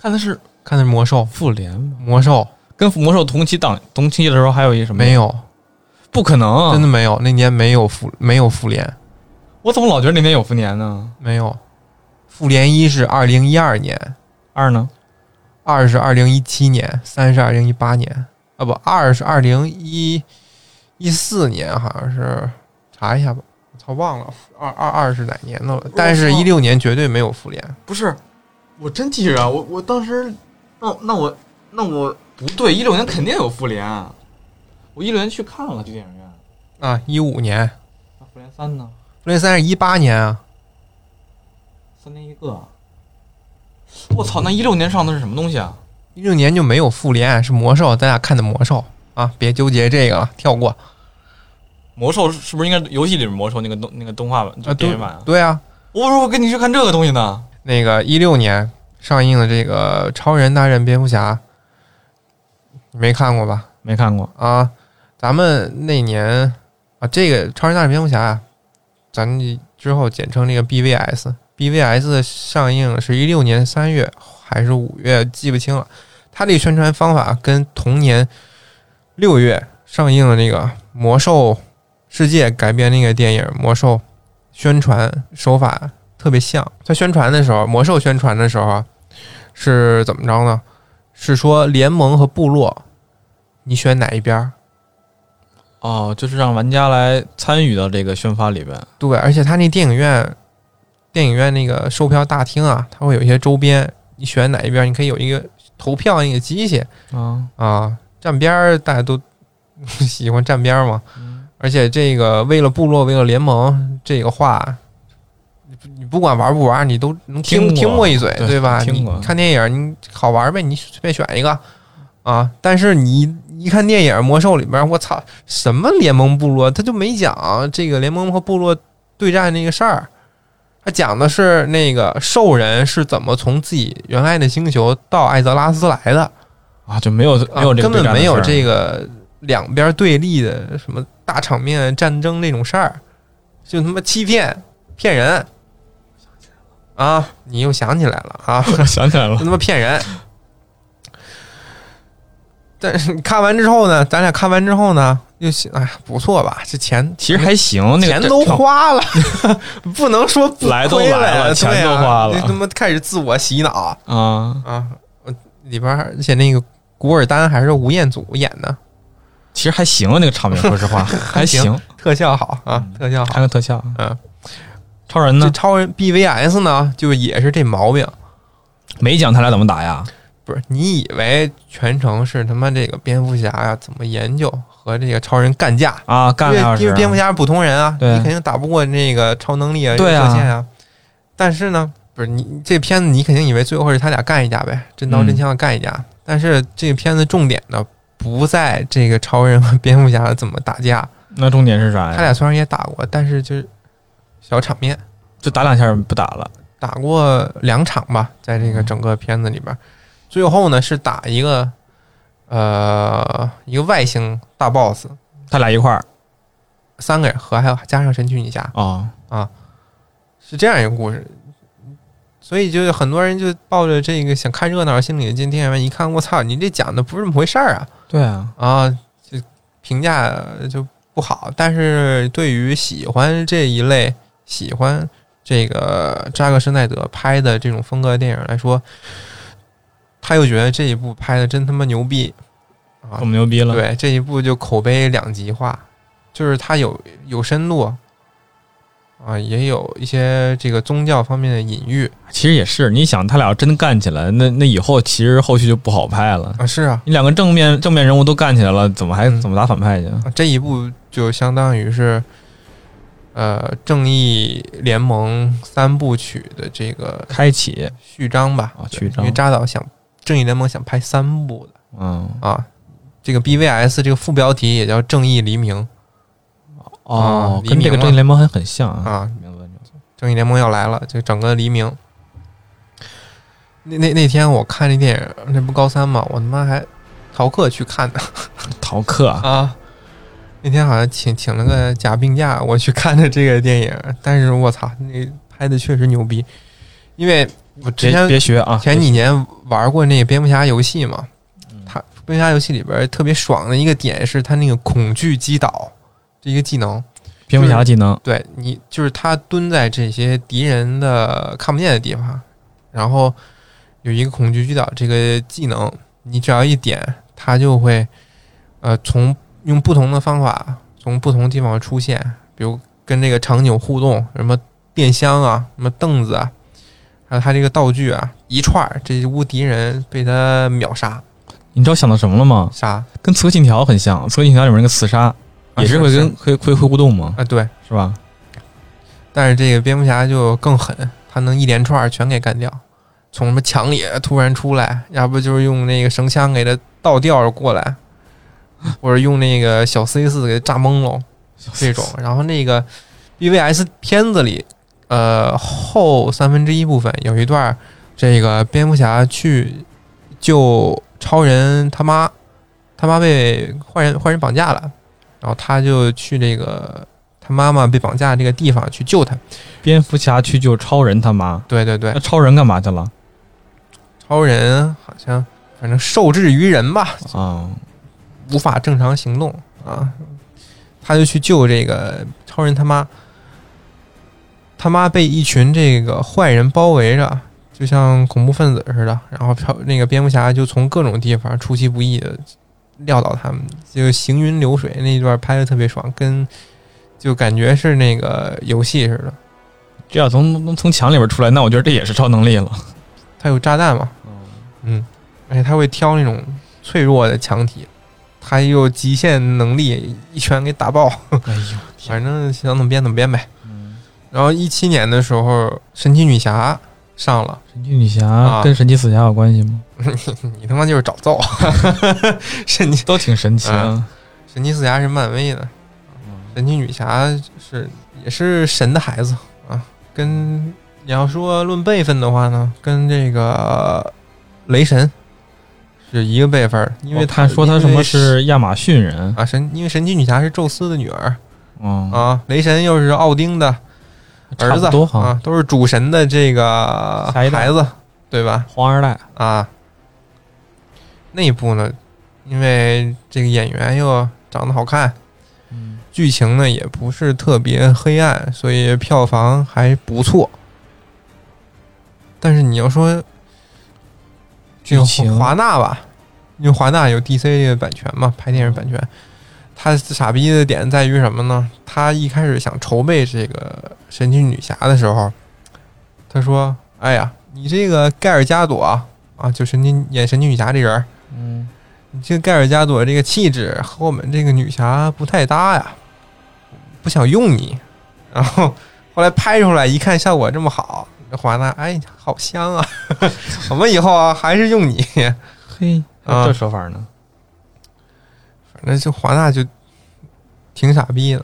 S1: 看的是
S2: 看的是魔兽，
S1: 复联吗？
S2: 魔兽
S1: 跟魔兽同期档同期的时候还有一什么？嗯
S2: 没，有，
S1: 不可能！
S2: 真的，没有，那年没有复没有复联，
S1: 我怎么老觉得那年有复联呢？
S2: 没有，复联一是二零一二年，
S1: 二呢？
S2: 二是二零一七年，三是二零一八年，啊不，二是二零一一四年，好像是查一下吧，我操忘了二二二是哪年的了，但是一六年绝对没有复联，
S3: 不是，我真记着啊，我我当时，那那我那我不对，一六年肯定有复联，
S1: 啊
S3: 我一六年去看了去电影院，
S2: 啊，一五年
S3: 那复联三呢？
S2: 复联三是一八年啊，
S3: 三年一个，我操，那一六年上的是什么东西啊？
S2: 一六年就没有复联，是魔兽，咱俩看的魔兽啊，别纠结这个了，跳过啊
S1: 魔兽是不是应该游戏里面魔兽那个动那个动画版就
S2: 啊，
S1: 电
S2: 对
S1: 影版啊？
S2: 对啊，
S1: 我说我跟你去看这个东西呢，
S2: 那个一六年上映的这个《超人大战蝙蝠侠》，你没看过吧？
S1: 没看过。
S2: 啊，咱们那年啊，这个《超人大战蝙蝠侠》啊，咱之后简称这个 BVS。BVS 上映是一六年三月还是五月，记不清了。它这个宣传方法跟同年六月上映的那个《魔兽世界》改编那个电影《魔兽》宣传手法特别像。它宣传的时候，魔兽宣传的时候啊，是怎么着呢？是说联盟和部落，你选哪一边儿？
S1: 哦，就是让玩家来参与到这个宣发里边。
S2: 对，而且他那电影院，电影院那个售票大厅啊，它会有一些周边，你选哪一边儿，你可以有一个投票那个机器
S1: 啊，
S2: 啊，站边儿大家都 喜欢站边儿嘛。
S1: 嗯
S2: 而且这个为了部落，为了联盟，这个话，你不管玩不玩，你都能
S1: 听过
S2: 听听过一嘴，
S1: 对
S2: 对吧？
S1: 听过
S2: 你看电影，你好玩呗，你随便选一个啊。但是你一看电影《魔兽》里边，我操，什么联盟部落，他就没讲这个联盟和部落对战那个事儿。他讲的是那个兽人是怎么从自己原来的星球到艾泽拉斯来的，
S1: 啊，就没有没有这个对
S2: 啊、根本
S1: 战的
S2: 没有
S1: 事儿
S2: 这个两边对立的什么大场面战争那种事儿，就他妈欺骗骗人啊！你又想起来了 啊，
S1: 我想起来了
S2: 就，他妈骗人。但是你看完之后呢，咱俩看完之后呢，又想，哎呀，不错吧？这钱
S1: 其实还行，那个
S2: 钱
S1: 战
S2: 都花了， 不能说不
S1: 来都
S2: 亏
S1: 来了
S2: 了，
S1: 钱
S2: 对啊
S1: 都花了
S2: 就他妈开始自我洗脑
S1: 啊，
S2: 啊！我里边儿而且那个古尔丹还是吴彦祖演的，
S1: 其实还行，啊那个场 面，说实话还
S2: 行
S1: 行，
S2: 特效好啊，
S1: 嗯
S2: 特效好。
S1: 看看特效。
S2: 嗯，
S1: 超人
S2: 这
S1: 呢？
S2: 超人 BVS 呢，就也是这毛病，
S1: 没讲他俩怎么打呀？
S2: 不是？你以为全程是他妈这个蝙蝠侠呀、怎么研究和这个超人干架？
S1: 啊，干俩小
S2: 因为因为蝙蝠
S1: 时。
S2: 侠是普通人啊，
S1: 对
S2: 你肯定打不过那个超能力啊、
S1: 对啊
S2: 射线啊。但是呢，不是你这片子，你肯定以为最后是他俩干一架呗，真刀真枪的干一架。
S1: 嗯
S2: 但是这个片子重点呢，不在这个超人和蝙蝠侠怎么打架，
S1: 那重点是啥
S2: 他
S1: 呀？
S2: 俩虽然也打过，但是就是小场面。
S1: 就打两下不打了。
S2: 打过两场吧，在这个整个片子里边，最后呢是打一个呃一个外星大 boss，
S1: 他俩一块儿
S2: 三个人合，还有加上神奇女侠，
S1: 啊，
S2: 是这样一个故事。所以就是很多人就抱着这个想看热闹的心理进电影院哎一看，我操，你这讲的不是那么回事儿啊
S1: 对啊，
S2: 啊！就评价就不好，但是对于喜欢这一类喜欢这个扎克施耐德拍的这种风格的电影来说，他又觉得这一部拍的真他妈牛逼啊
S1: 这！么牛逼嗯了。
S2: 对，这一部就口碑两极化，就是它有有深度啊，也有一些这个宗教方面的隐喻
S1: 其实也是，你想他俩要真干起来，那那以后其实后续就不好拍了。
S2: 啊。是啊，
S1: 你两个正面正面人物都干起来了，怎么还
S2: 嗯
S1: 怎么打反派去？
S2: 啊这一部就相当于是呃正义联盟三部曲的这个
S1: 开启，
S2: 序章吧
S1: 啊，
S2: 对
S1: 序章
S2: 因为扎导想正义联盟想拍三部的
S1: 嗯，
S2: 啊。这个 BVS 这个副标题也叫《正义黎明》
S1: 哦
S2: 啊，
S1: 跟这
S2: 黎明
S1: 个
S2: 嘛
S1: 正义联盟还很像啊。
S2: 啊，
S1: 名字就
S2: 正义联盟要来了，就整个黎明。那那那天我看那电影，那不高三嘛，我他妈还逃课去看的
S1: 逃课啊
S2: 啊。那天好像请请了个假病假，我去看的这个电影，但是我操，那拍的确实牛逼，因为我之
S1: 别
S2: 前
S1: 别学啊！
S2: 前几年玩过那个蝙蝠侠游戏嘛
S1: 嗯，
S2: 它蝙蝠侠游戏里边特别爽的一个点是它那个恐惧击倒这一个技能，
S1: 蝙蝠侠技能
S2: 对你就是他蹲在这些敌人的看不见的地方，然后有一个恐惧击倒这个技能，你只要一点，他就会呃，从用不同的方法从不同地方出现，比如跟这个场景互动，什么电箱啊，什么凳子啊，还有他这个道具啊，一串儿这一屋敌人被他秒杀
S1: 你知道想到什么了吗？
S2: 杀
S1: 跟《刺客信条》很像，《刺客信条》里面那个刺杀也是会跟会会会互动吗？
S2: 啊对，
S1: 是吧？
S2: 但是这个蝙蝠侠就更狠，他能一连串儿全给干掉，从什么墙里突然出来，要不就是用那个绳枪给他倒吊着过来， 或者用那个小 C 四给他炸懵了 这种。然后那个 BVS 片子里，呃，后三分之一部分有一段儿，这个蝙蝠侠去救超人他妈，他妈被坏人坏人绑架了，然后他就去这个他妈妈被绑架的这个地方去救他。
S1: 蝙蝠侠去救超人他妈，
S2: 对对对
S1: 那，超人干嘛去了
S2: 超人好像反正受制于人吧，
S1: 啊？
S2: 无法正常行动啊，他就去救这个超人他妈。他妈被一群这个坏人包围着，就像恐怖分子似的。然后超那个蝙蝠侠就从各种地方出其不意的撂倒他们，就行云流水那一段拍的特别爽，跟就感觉是那个游戏似的。
S1: 这要从能从墙里边出来，那我觉得这也是超能力了。
S2: 它有炸弹嘛，嗯，而且它会挑那种脆弱的墙体，它有极限能力，一拳给 打爆。
S1: 哎呦，
S2: 反正想怎么编怎么编呗。
S1: 嗯
S2: 然后一七年的时候，神奇女侠上了，
S1: 神奇女侠
S2: 啊
S1: 跟神奇四侠有关系吗？
S2: 你他妈就是找揍。 神奇
S1: 都挺神奇的。
S2: 神奇四侠是漫威的，
S1: 嗯
S2: 神奇女侠是也是神的孩子啊。跟你要说论辈分的话呢，跟这个雷神是一个辈分儿，因为
S1: 哦他说他什
S2: 因
S1: 么
S2: 为
S1: 是亚马逊人，
S2: 啊，神因为神奇女侠是宙斯的女儿
S1: 嗯，
S2: 啊，雷神又是奥丁的
S1: 差
S2: 儿
S1: 不
S2: 子
S1: 多哈，
S2: 啊，都是主神的这个
S1: 下一代
S2: 孩子，对吧？
S1: 黄二代。
S2: 啊，那一部呢，因为这个演员又长得好看，
S1: 嗯，
S2: 剧情呢也不是特别黑暗，所以票房还不错。但是你要说这个
S1: 剧情
S2: 华纳吧，因为华纳有 DC 的版权嘛，拍
S1: 嗯
S2: 电影版权。他傻逼的点在于什么呢？他一开始想筹备这个神奇女侠的时候，他说：“哎呀，你这个盖尔加朵啊，啊，就神奇演神奇女侠这人儿，
S1: 嗯，
S2: 你这个盖尔加朵这个气质和我们这个女侠不太搭呀，不想用你。然后后来拍出来一看效果这么好，华纳哎好香啊， 我们以后啊还是用你。
S1: 嘿，
S2: 啊
S1: 这说法呢？
S2: 反正就华纳就挺傻逼的，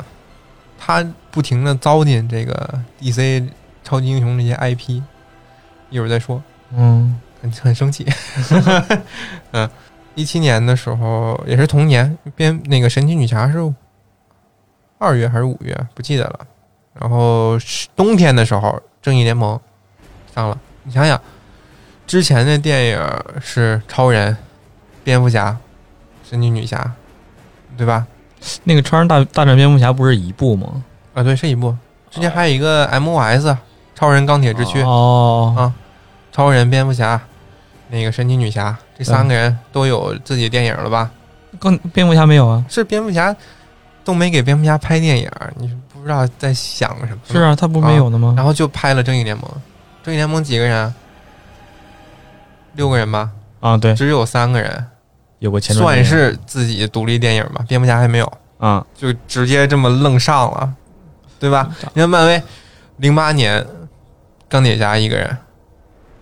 S2: 他不停的糟践这个 DC 超级英雄这些 IP，一会儿再说。
S1: 嗯，
S2: 很很生气。 嗯，一七年的时候也是同年，编那个神奇女侠是二月还是五月，不记得了。然后是冬天的时候，正义联盟上了。你想想，之前的电影是超人、蝙蝠侠、神奇女侠，对吧？
S1: 那个《超人大大战蝙蝠侠》不是一部吗？
S2: 啊，对，是一部。之前还有一个 MOS 超人钢铁之躯，啊
S1: 哦，
S2: 超人、蝙蝠侠、那个神奇女侠，这三个人都有自己的电影了吧？
S1: 更蝙蝠侠没有啊？
S2: 是蝙蝠侠都没给蝙蝠侠拍电影，你不知道在想什么。
S1: 是啊，他不没有的吗？
S2: 然后就拍了正义联盟。正义联盟几个人啊？六个人吧，
S1: 啊，对，
S2: 只有三个人
S1: 有过前传
S2: 算
S1: 电影
S2: 是自己独立电影吧。蝙蝠侠还没有，
S1: 啊，
S2: 就直接这么愣上了，对吧？你看漫威，零八年钢铁侠一个人，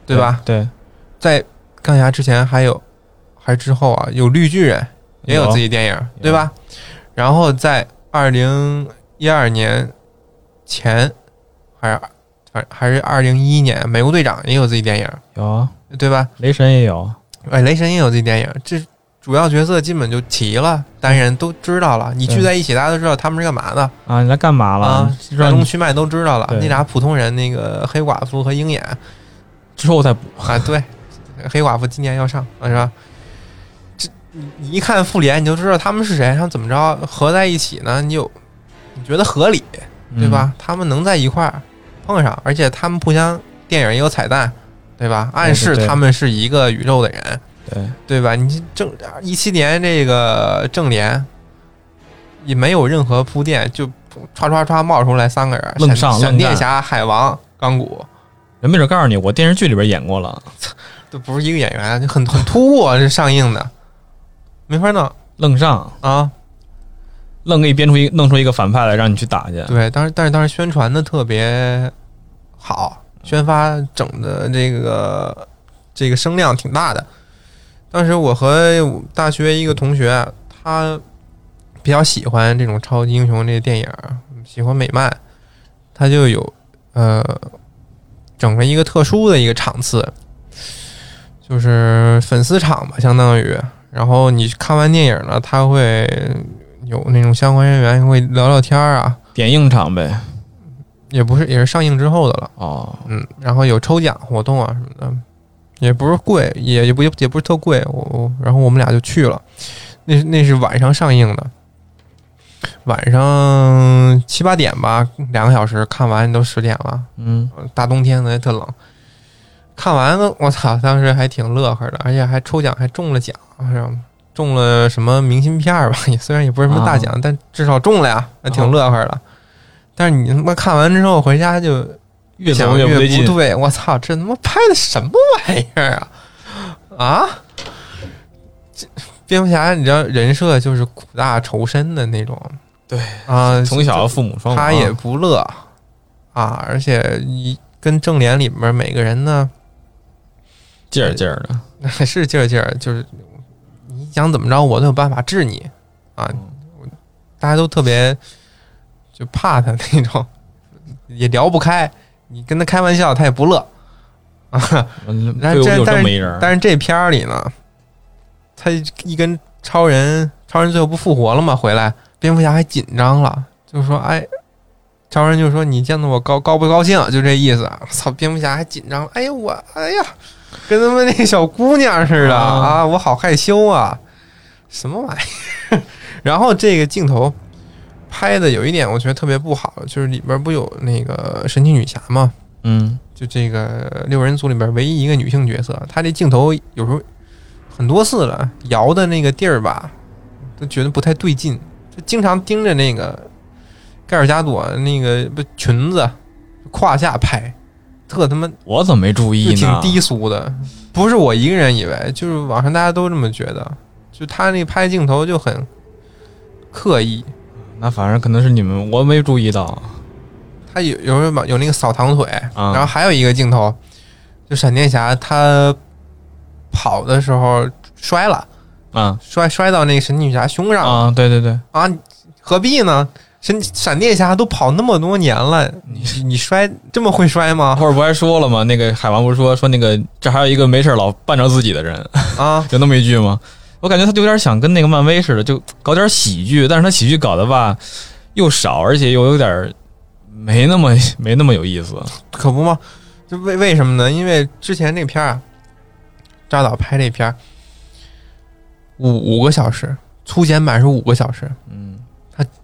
S2: 对吧？？
S1: 对，
S2: 在钢铁侠之前还有，还之后啊，有绿巨人也有自己电影，对吧？然后在二零一二年前，还是反还是二零一一年，美国队长也有自己电影，
S1: 有啊，
S2: 对吧？
S1: 雷神也有，
S2: 哎，雷神也有自己电影，这主要角色基本就齐了，单人都知道
S1: 嗯
S2: 了，你聚在一起，大家都知道他们是干嘛的，
S1: 啊，你来干嘛了
S2: 啊？
S1: 让
S2: 来龙
S1: 你
S2: 去脉都知道了。
S1: 对
S2: 那俩普通人，那个黑寡妇和鹰眼，
S1: 之后再补
S2: 啊，对，黑寡妇今年要上，啊是吧？这你你一看复联，你就知道他们是谁，然后怎么着合在一起呢？你有你觉得合理对？
S1: 嗯
S2: 吧？他们能在一块儿碰上，而且他们互相电影也有彩蛋，对吧？暗示
S1: 对对
S2: 他们是一个宇宙的人，
S1: 嗯对，
S2: 对吧？你正一七年这个正联也没有任何铺垫，就唰唰唰冒出来三个人，
S1: 愣
S2: 闪
S1: 上愣
S2: 闪电
S1: 干
S2: 侠、海王、钢骨，
S1: 人没准告诉你，我电视剧里边演过了，
S2: 这不是一个演员，就很很突兀啊！这上映的没法弄
S1: 愣上
S2: 啊。
S1: 愣给你编出一弄出一个反派来让你去打去，
S2: 对，当时但是当时宣传的特别好，宣发整的这个这个声量挺大的。当时我和我大学一个同学，他比较喜欢这种超级英雄这电影儿，喜欢美漫，他就有呃整了一个特殊的一个场次，就是粉丝场吧，相当于。然后你看完电影呢，他会有那种相关人员会聊聊天儿啊，
S1: 点映场呗。
S2: 也不是，也是上映之后的了。
S1: 哦，
S2: 嗯，然后有抽奖活动啊什么的，也不是贵，也也不也不是特贵。我我，然后我们俩就去了，那是那是晚上上映的，晚上七八点吧，两个小时看完都十点了，
S1: 嗯，
S2: 大冬天的也特冷。看完了，我操，当时还挺乐呵的，而且还抽奖还中了奖，是吧？中了什么明信片儿吧？ 也虽然也不是什么大奖，
S1: 啊
S2: 但至少中了呀，还挺乐呵的。但是你他妈看完之后回家就
S1: 越
S2: 想
S1: 走
S2: 越
S1: 不对劲。
S2: 对，我操，这他妈拍的什么玩意儿啊？啊！这蝙蝠侠，你知道人设就是苦大仇深的那种，
S3: 对
S2: 啊，
S1: 从小父母双亡，
S2: 他也不乐啊，而且一跟正脸里面每个人呢
S1: 劲儿劲儿的，
S2: 是劲儿劲儿，就是你想怎么着，我都有办法治你啊！大家都特别就怕他那种， 也聊不开，你跟他开玩笑，他也不乐啊。
S1: 嗯
S2: 但
S1: 队伍
S2: 这
S1: 有
S2: 但
S1: 这
S2: 是
S1: 么一人儿，
S2: 但是这片儿里呢，他一跟超人，超人最后不复活了吗？回来，蝙蝠侠还紧张了，就说：“哎，超人就说你见到我高高不高兴？”就这意思。操，蝙蝠侠还紧张了，哎呀我，哎呀，跟他们那个小姑娘似的
S1: 啊
S2: 啊，我好害羞啊，什么玩意儿？ 然后这个镜头拍的有一点我觉得特别不好，就是里边不有那个神奇女侠吗？
S1: 嗯，
S2: 就这个六人组里边唯一一个女性角色，她这镜头有时候很多次了，摇的那个地儿吧，都觉得不太对劲，就经常盯着那个盖尔加朵那个不裙子胯下拍，特他妈
S1: 我怎么没注
S2: 就
S1: 意
S2: 挺
S1: 呢？
S2: 低俗的。不是我一个人以为，就是网上大家都这么觉得，就他那拍镜头就很刻意，
S1: 那反正可能是你们，我没注意到。
S2: 他有有时候把有那个扫堂腿，
S1: 啊
S2: 然后还有一个镜头，就闪电侠他跑的时候摔了，
S1: 啊
S2: 摔摔到那个神奇女侠胸上
S1: 啊，对对对，
S2: 啊，何必呢？神闪电侠都跑那么多年了，你你摔这么会摔吗？
S1: 后边不还说了吗？那个海王不是说说那个这还有一个没事儿老绊着自己的人，
S2: 啊，
S1: 有那么一句吗？我感觉他就有点想跟那个漫威似的，就搞点喜剧，但是他喜剧搞的吧又少，而且又有点儿没那么没那么有意思。
S2: 可不吗？这为为什么呢？因为之前那片儿啊，扎导拍这片儿五五个小时，粗剪版是五个小时，
S1: 嗯，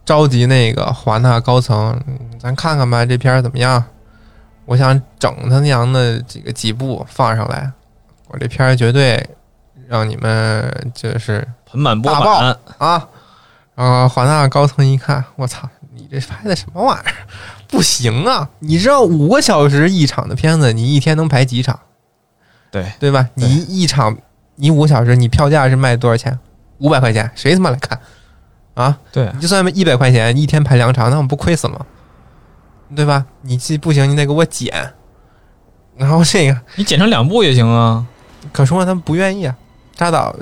S2: 召集那个华纳高层，嗯咱看看吧，这片儿怎么样？我想整他娘的几个几部放上来，我这片儿绝对让你们就是
S1: 盆满钵
S2: 大爆
S1: 满，
S2: 啊！然后华纳高层一看，我操，你这拍的什么玩意儿？不行啊！你知道五个小时一场的片子，你一天能排几场？
S1: 对
S2: 对吧？
S1: 对
S2: 你一场你五个小时，你票价是卖多少钱？五百块钱，谁他妈来看啊？
S1: 对，
S2: 你就算一百块钱一天排两场，那我们不亏死吗？对吧？你这不行，你得给我减。然后这个
S1: 你剪成两部也行啊。
S2: 可说他们不愿意啊，扎导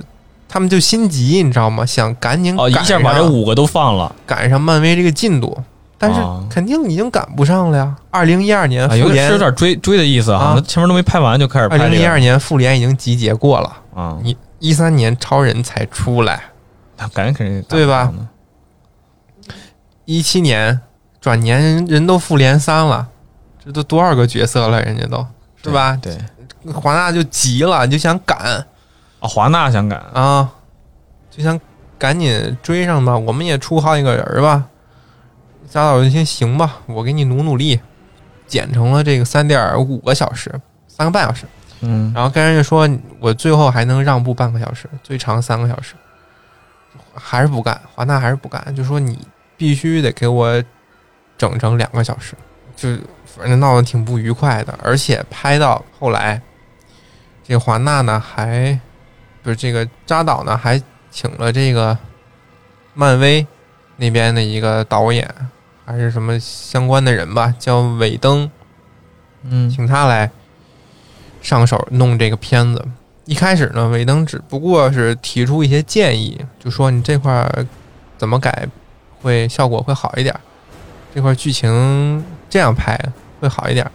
S2: 他们就心急，你知道吗？想赶紧
S1: 哦，
S2: 赶
S1: 一
S2: 上、
S1: 下把这五个都放了，
S2: 赶上漫威这个进度，但是
S1: 哦
S2: 肯定已经赶不上了呀。二零一二年
S1: 啊、
S2: 复
S1: 有点
S2: 联
S1: 是有，点追追的意思
S2: 啊
S1: 啊。他前面都没拍完就开始
S2: 二
S1: 拍
S2: 零
S1: 这
S2: 一
S1: 个
S2: 二年复联已经集结过了，
S1: 啊，
S2: 你一三年超人才出来。
S1: 感觉肯定
S2: 对
S1: 打
S2: 吧
S1: 不上呢？
S2: 一七年转年人人都复联三了，这都多少个角色了，人家都是吧？
S1: 对，
S2: 华纳就急了，就想赶
S1: 啊，华纳想赶，
S2: 啊，就想赶紧追上吧。我们也出好几个人儿吧。贾导就先行吧，我给你努努力，减成了这个三点五个小时，三个半小时。
S1: 嗯，
S2: 然后跟人家说我最后还能让步半个小时，最长三个小时，还是不干，华纳还是不干，就说你必须得给我整成两个小时，就反正闹得挺不愉快的，而且拍到后来，这个华纳呢还不是这个扎导呢还请了这个漫威那边的一个导演还是什么相关的人吧，叫韦登，
S1: 嗯
S2: 请他来上手弄这个片子。一开始呢，韦登只不过是提出一些建议，就说你这块儿怎么改会效果会好一点儿，这块儿剧情这样拍会好一点儿。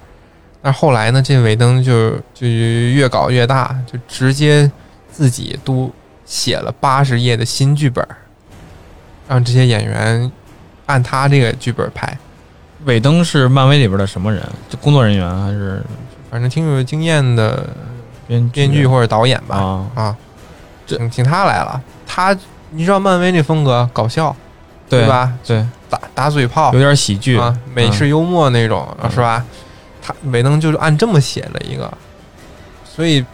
S2: 但是后来呢，这韦登就就越搞越大，就直接自己都写了八十页的新剧本儿，让这些演员按他这个剧本儿拍。
S1: 尾灯是漫威里边的什么人？就工作人员还是
S2: 反正挺有经验的
S1: 编
S2: 编剧或者导演吧，
S1: 啊？
S2: 啊，
S1: 这
S2: 请请他来了。他你知道漫威那风格，搞笑
S1: 对？
S2: 吧？
S1: 对，
S2: 打打嘴炮
S1: 有点喜剧，
S2: 啊，美式幽默那种、
S1: 嗯
S2: 是吧？他韦登就是按这么写了一个，所以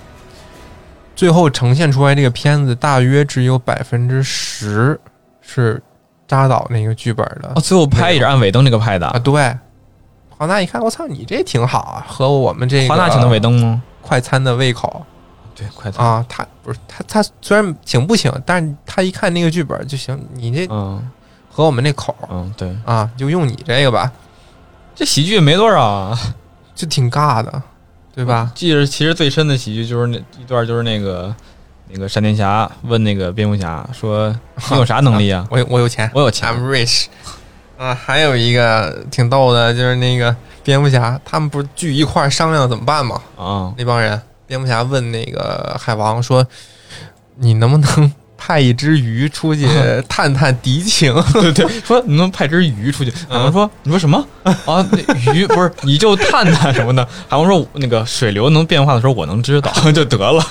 S2: 最后呈现出来这个片子大约只有百分之十是扎导那个剧本的
S1: 哦，最后拍也是按尾灯这个拍的
S2: 啊。。对，华纳一看，我操，你这挺好啊，合我们这个
S1: 华纳请的尾灯吗？
S2: 快餐的胃口。
S1: 对，快餐。
S2: 啊，他不是他，他虽然请不请，但是他一看那个剧本就行，你这
S1: 嗯
S2: 合我们那口儿
S1: 嗯，对，
S2: 啊，就用你这个吧，
S1: 这喜剧也没多少啊，
S2: 就挺尬的，对吧？
S1: 记着，其实最深的喜剧就是那一段，就是那个那个闪电侠问那个蝙蝠侠说：“你有啥能力啊？
S2: 我有我有钱
S1: 我有钱。
S2: ，I'm rich。啊，还有一个挺逗的，就是那个蝙蝠侠，他们不是聚一块儿商量怎么办吗？”
S1: 啊，
S2: 那帮人，蝙蝠侠问那个海王说：“你能不能派一只鱼 出去探探敌情
S1: 对对，说你能派只鱼出去。海王说：“你说什么啊？那鱼不是你就探探什么 的？”海王说：“那个水流能变化的时候，我能知道就得了。？”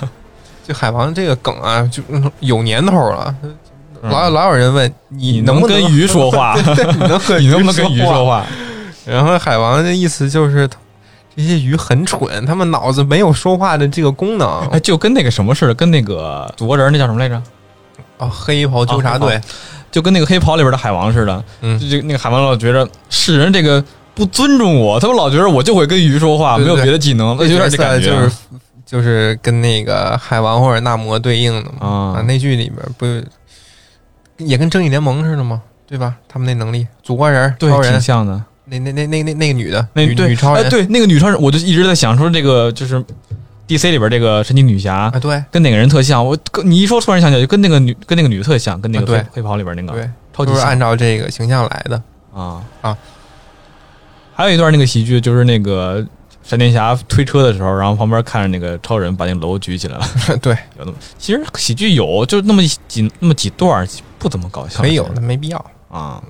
S2: 就海王这个梗啊，就嗯有年头了。老
S1: 嗯
S2: 老有人问你
S1: 你
S2: 能不
S1: 跟鱼说话？
S2: 你能和
S1: 你能不能跟鱼说
S2: 话？
S1: 话？
S2: 然后海王的意思就是，这些鱼很蠢，他们脑子没有说话的这个功能。
S1: 哎，就跟那个什么似的，跟那个祖国人那叫什么来着？
S2: 哦，黑袍纠察队，
S1: 就跟那个黑袍里边的海王似的，
S2: 嗯
S1: 就这个那个海王老觉着世人这个不尊重我，他们老觉着我就会跟鱼说话，
S2: 对对
S1: 没有别的技能，那
S2: 那
S1: 有点这
S2: 角色
S1: 感觉，啊
S2: 就是就是跟那个海王或者纳摩对应的嘛。啊
S1: 啊，，
S2: 那剧里边不也跟正义联盟似的吗？对吧？他们那能力，祖国人、
S1: 对
S2: 超，
S1: 挺
S2: 人，
S1: 像的。
S2: 那那那那那那个女的，
S1: 那
S2: 女
S1: 对
S2: 女超
S1: 哎，
S2: 人
S1: 对那个女超人，我就一直在想说这个就是 DC 里边这个神奇女侠
S2: 啊，对
S1: 跟哪个人特像？我跟你一说，突然想起来，就跟那个女跟那个女的特像，跟那个
S2: 啊对
S1: 黑黑袍里边那个
S2: 对，
S1: 超级
S2: 都是
S1: 像
S2: 按照这个形象来的。
S1: 啊
S2: 啊！
S1: 还有一段那个喜剧，就是那个闪电侠推车的时候，然后旁边看着那个超人把那个楼举起来了。
S2: 对，
S1: 有那么其实喜剧有，就那么几那么几段儿，不怎么搞笑。
S2: 没有
S1: 其
S2: 那
S1: 实
S2: 没必要。
S1: 啊，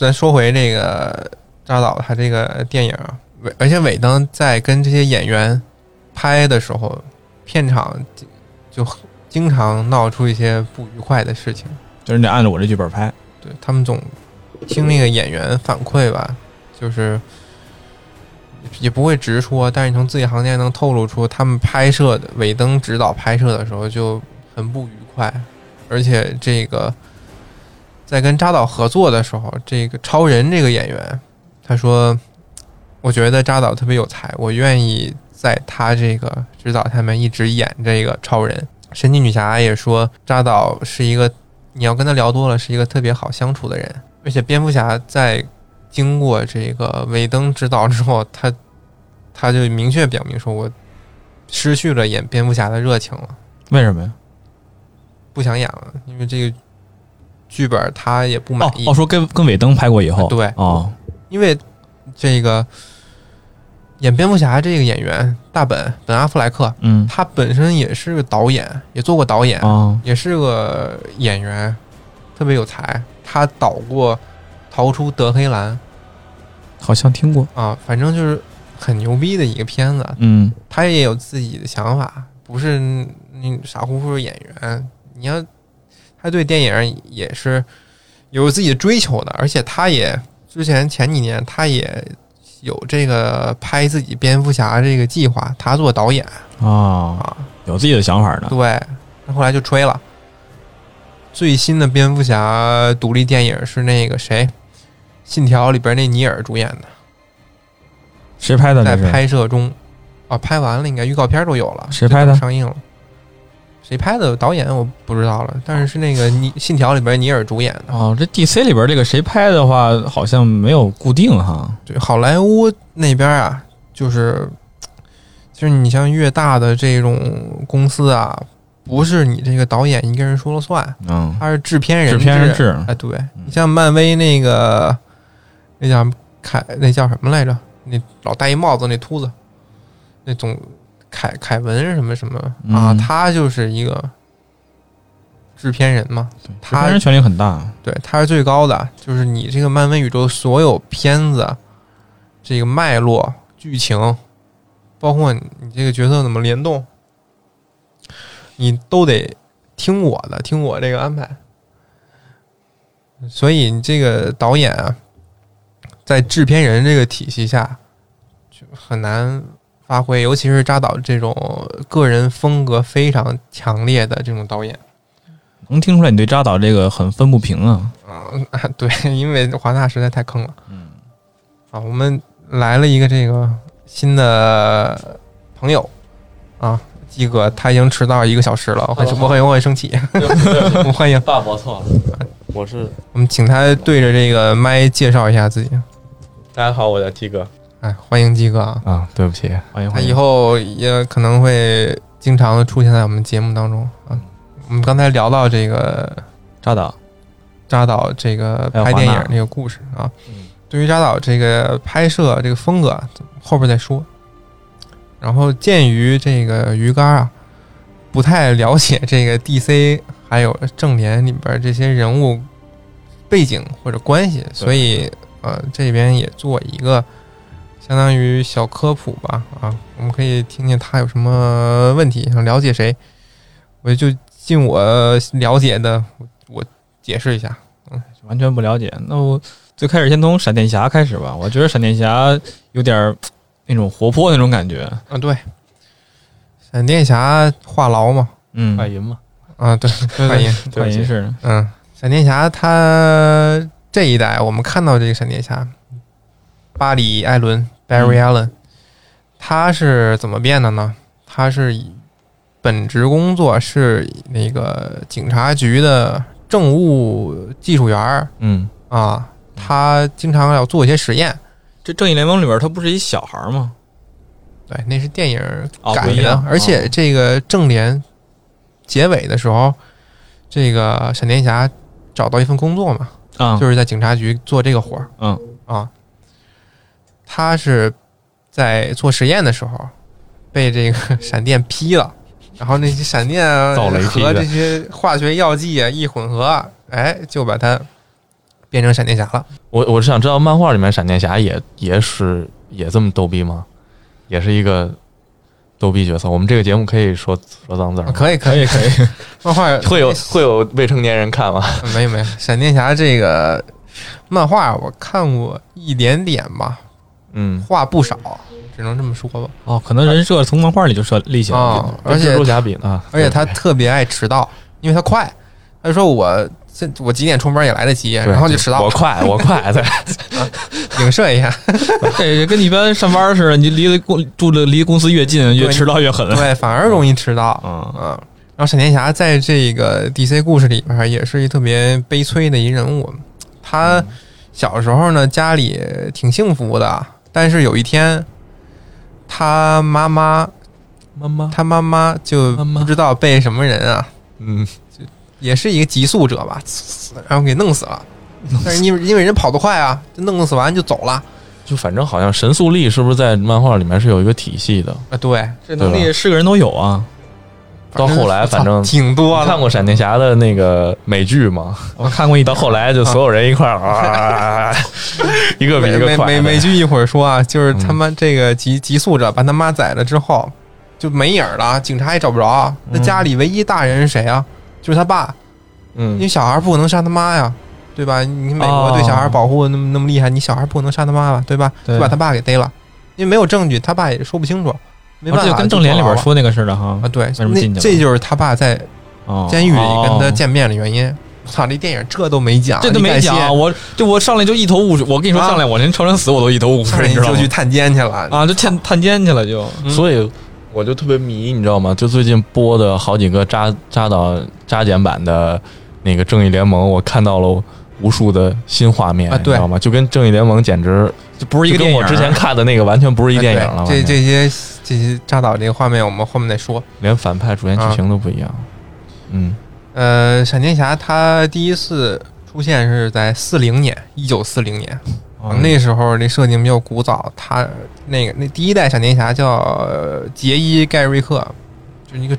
S2: 咱说回这个扎导他这个电影啊，韦而且韦登在跟这些演员拍的时候，片场就经常闹出一些不愉快的事情。
S1: 就是你得按照我这剧本拍。
S2: 对他们总听那个演员反馈吧，就是也不会直说，但是你从字里行间能透露出他们拍摄的尾灯指导拍摄的时候就很不愉快，而且这个在跟扎导合作的时候，这个超人这个演员他说，我觉得扎导特别有才，我愿意在他这个指导下面一直演这个超人。神奇女侠也说，扎导是一个你要跟他聊多了，是一个特别好相处的人。而且蝙蝠侠在经过这个尾灯指导之后， 他他就明确表明说，我失去了演蝙蝠侠的热情了，
S1: 为什么呀？
S2: 不想演了，因为这个剧本他也不满
S1: 哦
S2: 意。
S1: 哦，说跟跟尾灯拍过以后，
S2: 对
S1: 哦，
S2: 因为这个演蝙蝠侠这个演员大本本阿弗莱克，
S1: 嗯
S2: 他本身也是个导演，也做过导演，
S1: 哦，
S2: 也是个演员，特别有才。他导过《逃出德黑兰》。
S1: 好像听过。
S2: 啊，反正就是很牛逼的一个片子。
S1: 嗯，
S2: 他也有自己的想法，不是那傻乎乎的演员。你要他对电影也是有自己的追求的，而且他也之前前几年他也有这个拍自己蝙蝠侠这个计划，他做导演
S1: 啊，
S2: 啊，
S1: 有自己的想法呢。
S2: 对，那后来就吹了。最新的蝙蝠侠独立电影是那个谁，《信条》里边那尼尔主演的，
S1: 谁拍的？
S2: 在
S1: 这是
S2: 拍摄中，啊，拍完了，应该预告片都有了，
S1: 谁拍的
S2: 这等上映了，谁拍的？导演我不知道了，但是是那个尼《信条》里边尼尔主演的，
S1: 哦，这 DC 里边这个谁拍的话，好像没有固定哈。
S2: 对，好莱坞那边啊，就是，就是你像越大的这种公司啊，不是你这个导演一个人说了算，
S1: 嗯，
S2: 他是制片人
S1: 制片人制
S2: 哎，对
S1: 嗯
S2: 你像漫威那个，那叫凯，那叫什么来着？那老戴一帽子那秃子，那总凯凯文什么什么啊？
S1: 嗯
S2: 他就是一个制片人嘛，
S1: 对制
S2: 他
S1: 片人权力很大。
S2: 对，他是最高的，就是你这个漫威宇宙所有片子，这个脉络、剧情，包括你这个角色怎么联动，你都得听我的，听我这个安排。所以你这个导演啊，在制片人这个体系下，就很难发挥，尤其是扎导这种个人风格非常强烈的这种导演。
S1: 能听出来你对扎导这个很分不平 啊。
S2: 啊， 对，因为华纳实在太坑了
S1: 嗯，
S2: 啊！我们来了一个这个新的朋友啊，鸡哥，他已经迟到一个小时了，我很
S1: 哦
S4: Hello
S2: 我很我很生气， 我们欢迎，
S4: 爸报错了，我是
S2: 我们请他对着这个麦介绍一下自己。
S4: 大家好，我叫 T 哥。
S2: 哎，欢迎鸡哥啊！
S4: 啊，对不起，
S1: 欢迎
S2: 他
S1: 欢迎。
S2: 以后也可能会经常的出现在我们节目当中
S1: 嗯
S2: 啊。我们刚才聊到这个
S1: 扎导，
S2: 扎导这个
S1: 还有
S2: 拍
S1: 华
S2: 电
S1: 纳
S2: 影这个故事啊
S4: 嗯。
S2: 对于扎导这个拍摄这个风格啊，后边再说。然后鉴于这个鱼竿啊，不太了解这个 DC 还有正联里边这些人物背景或者关系，所以呃这边也做一个相当于小科普吧啊，我们可以听听他有什么问题，想了解谁，我就尽我了解的我我解释一下。
S1: 完全不了解。那我最开始先从闪电侠开始吧。我觉得闪电侠有点儿那种活泼那种感觉。
S2: 啊，对，闪电侠话痨嘛，
S1: 嗯，
S4: 快银嘛，
S2: 啊，对，发音，
S1: 幻音是
S2: 嗯，闪电侠他这一代我们看到这个闪电侠，巴里·艾伦 （Barry Allen），、他是怎么变的呢？他是以本职工作是那个警察局的政务技术员儿
S1: 嗯，
S2: 啊，他经常要做一些实验。
S1: 这正义联盟里边儿他不是一小孩儿吗？
S2: 对，那是电影
S1: 哦
S2: 改
S1: 不一
S2: 的，
S1: 样
S2: 而且这个正联结尾的时候，这个闪电侠找到一份工作嘛，
S1: 啊，
S2: 就是在警察局做这个活儿。
S1: 嗯
S2: 啊，他是在做实验的时候被这个闪电劈了， 然后那些闪电啊
S4: 造雷劈
S2: 和
S4: 的
S2: 这些化学药剂啊一混合，哎，就把他变成闪电侠了。
S4: 我我是想知道漫画里面闪电侠也也是也这么逗逼吗？也是一个逗逼角色。我们这个节目可以说说脏字儿
S2: 啊
S4: 吗，
S2: 可以，可
S1: 可哦
S2: 以，
S1: 以可以，
S2: 漫 画
S4: 会有会有未成年人看吗？
S2: 没有没有，闪电侠这个漫画我看过一点点吧，
S4: 嗯
S2: 画不少，只能这么说吧。
S1: 哦，可能人设从漫画里就设立起来了。
S2: 啊、而
S4: 跟
S2: 且啊
S4: 蜘蛛侠比呢，
S2: 而且他特别爱迟到，因为他快，他就说我这我几点出门也来得及，
S4: 对
S2: 然后就迟到
S4: 我。快我 快，对，
S2: 影射一下，
S1: 这跟你一般上班似的，你离公住的离公司越近，越
S2: 对
S1: 迟到越狠。
S2: 对，反而容易迟到。
S1: 嗯，
S2: 嗯，然后闪电侠在这个 DC 故事里边也是一特别悲催的一人物。他小时候呢，家里挺幸福的，但是有一天，他妈妈
S4: 妈妈，
S2: 他妈妈就
S4: 妈妈
S2: 不知道被什么人啊，
S4: 嗯，
S2: 也是一个极速者吧，呲呲然后给弄死了。但是因为因为人跑得快啊，就弄死完就走了
S4: 就反正好像神速力是不是在漫画里面是有一个体系的？
S2: 啊。对，
S1: 这能力是个人都有啊。
S4: 到后来反正
S2: 挺多
S4: 你
S2: 的
S4: 看。过闪电侠的那个美剧吗？
S1: 我看过一
S4: 到
S1: 档，
S4: 后来就所有人一块儿啊， 一个比
S2: 美
S4: 一个
S2: 美
S4: 快。
S2: 美美剧一会儿说啊，就是
S4: 嗯
S2: 他妈这个极极速者把他妈宰了之后就没影儿了，警察也找不着。那
S1: 嗯
S2: 啊家里唯一大人是谁啊？就是他爸，因
S4: 嗯
S2: 为小孩不可能杀他妈呀。对吧？你美国对小孩保护那么那么厉害，你小孩不可能杀他妈吧，对吧？
S1: 哦对
S2: 就把他爸给逮了，因为没有证据，他爸也说不清楚，没办
S1: 而
S2: 法。
S1: 且哦跟正联里边
S2: 就坐牢了
S1: 说那个似的哈
S2: 啊，，对，
S1: 什么进去
S2: 那
S1: 了
S2: 这就是他爸在
S1: 哦
S2: 监狱里跟他
S1: 哦
S2: 见面的原因。我操，这电影这都没讲，
S1: 这都
S2: 你
S1: 没
S2: 敢信
S1: 讲啊，我就我上来就一头雾水。我跟你说，
S2: 啊
S1: 上来我连超人死我都一头雾
S2: 上来
S1: 水，
S2: 你
S1: 你知道
S2: 就
S1: 吗
S2: 去？探监去了，
S1: 啊，就探探监去了就，
S4: 所以我就特别迷，你知道吗？就最近播的好几个扎扎导扎剪版的那个《正义联盟》，我看到了无数的新画面，
S2: 啊
S4: 你知道吗？就跟《正义联盟》简直
S1: 就不是一个
S4: 就
S1: 电
S4: 跟
S1: 影
S4: 我
S1: 儿。
S4: 之前看的那个完全不是一电影了。
S2: 啊
S4: 完
S2: 对
S4: 全
S2: 这这些这些扎导这个画面，我们后面再说。
S4: 连反派主线剧情都不一样。啊嗯，
S2: 呃，闪电侠他第一次出现是在四零年，一九四零年，
S1: 哦
S2: 那时候这设定比较古早。他那个那第一代闪电侠叫呃杰伊·盖瑞克，就是一个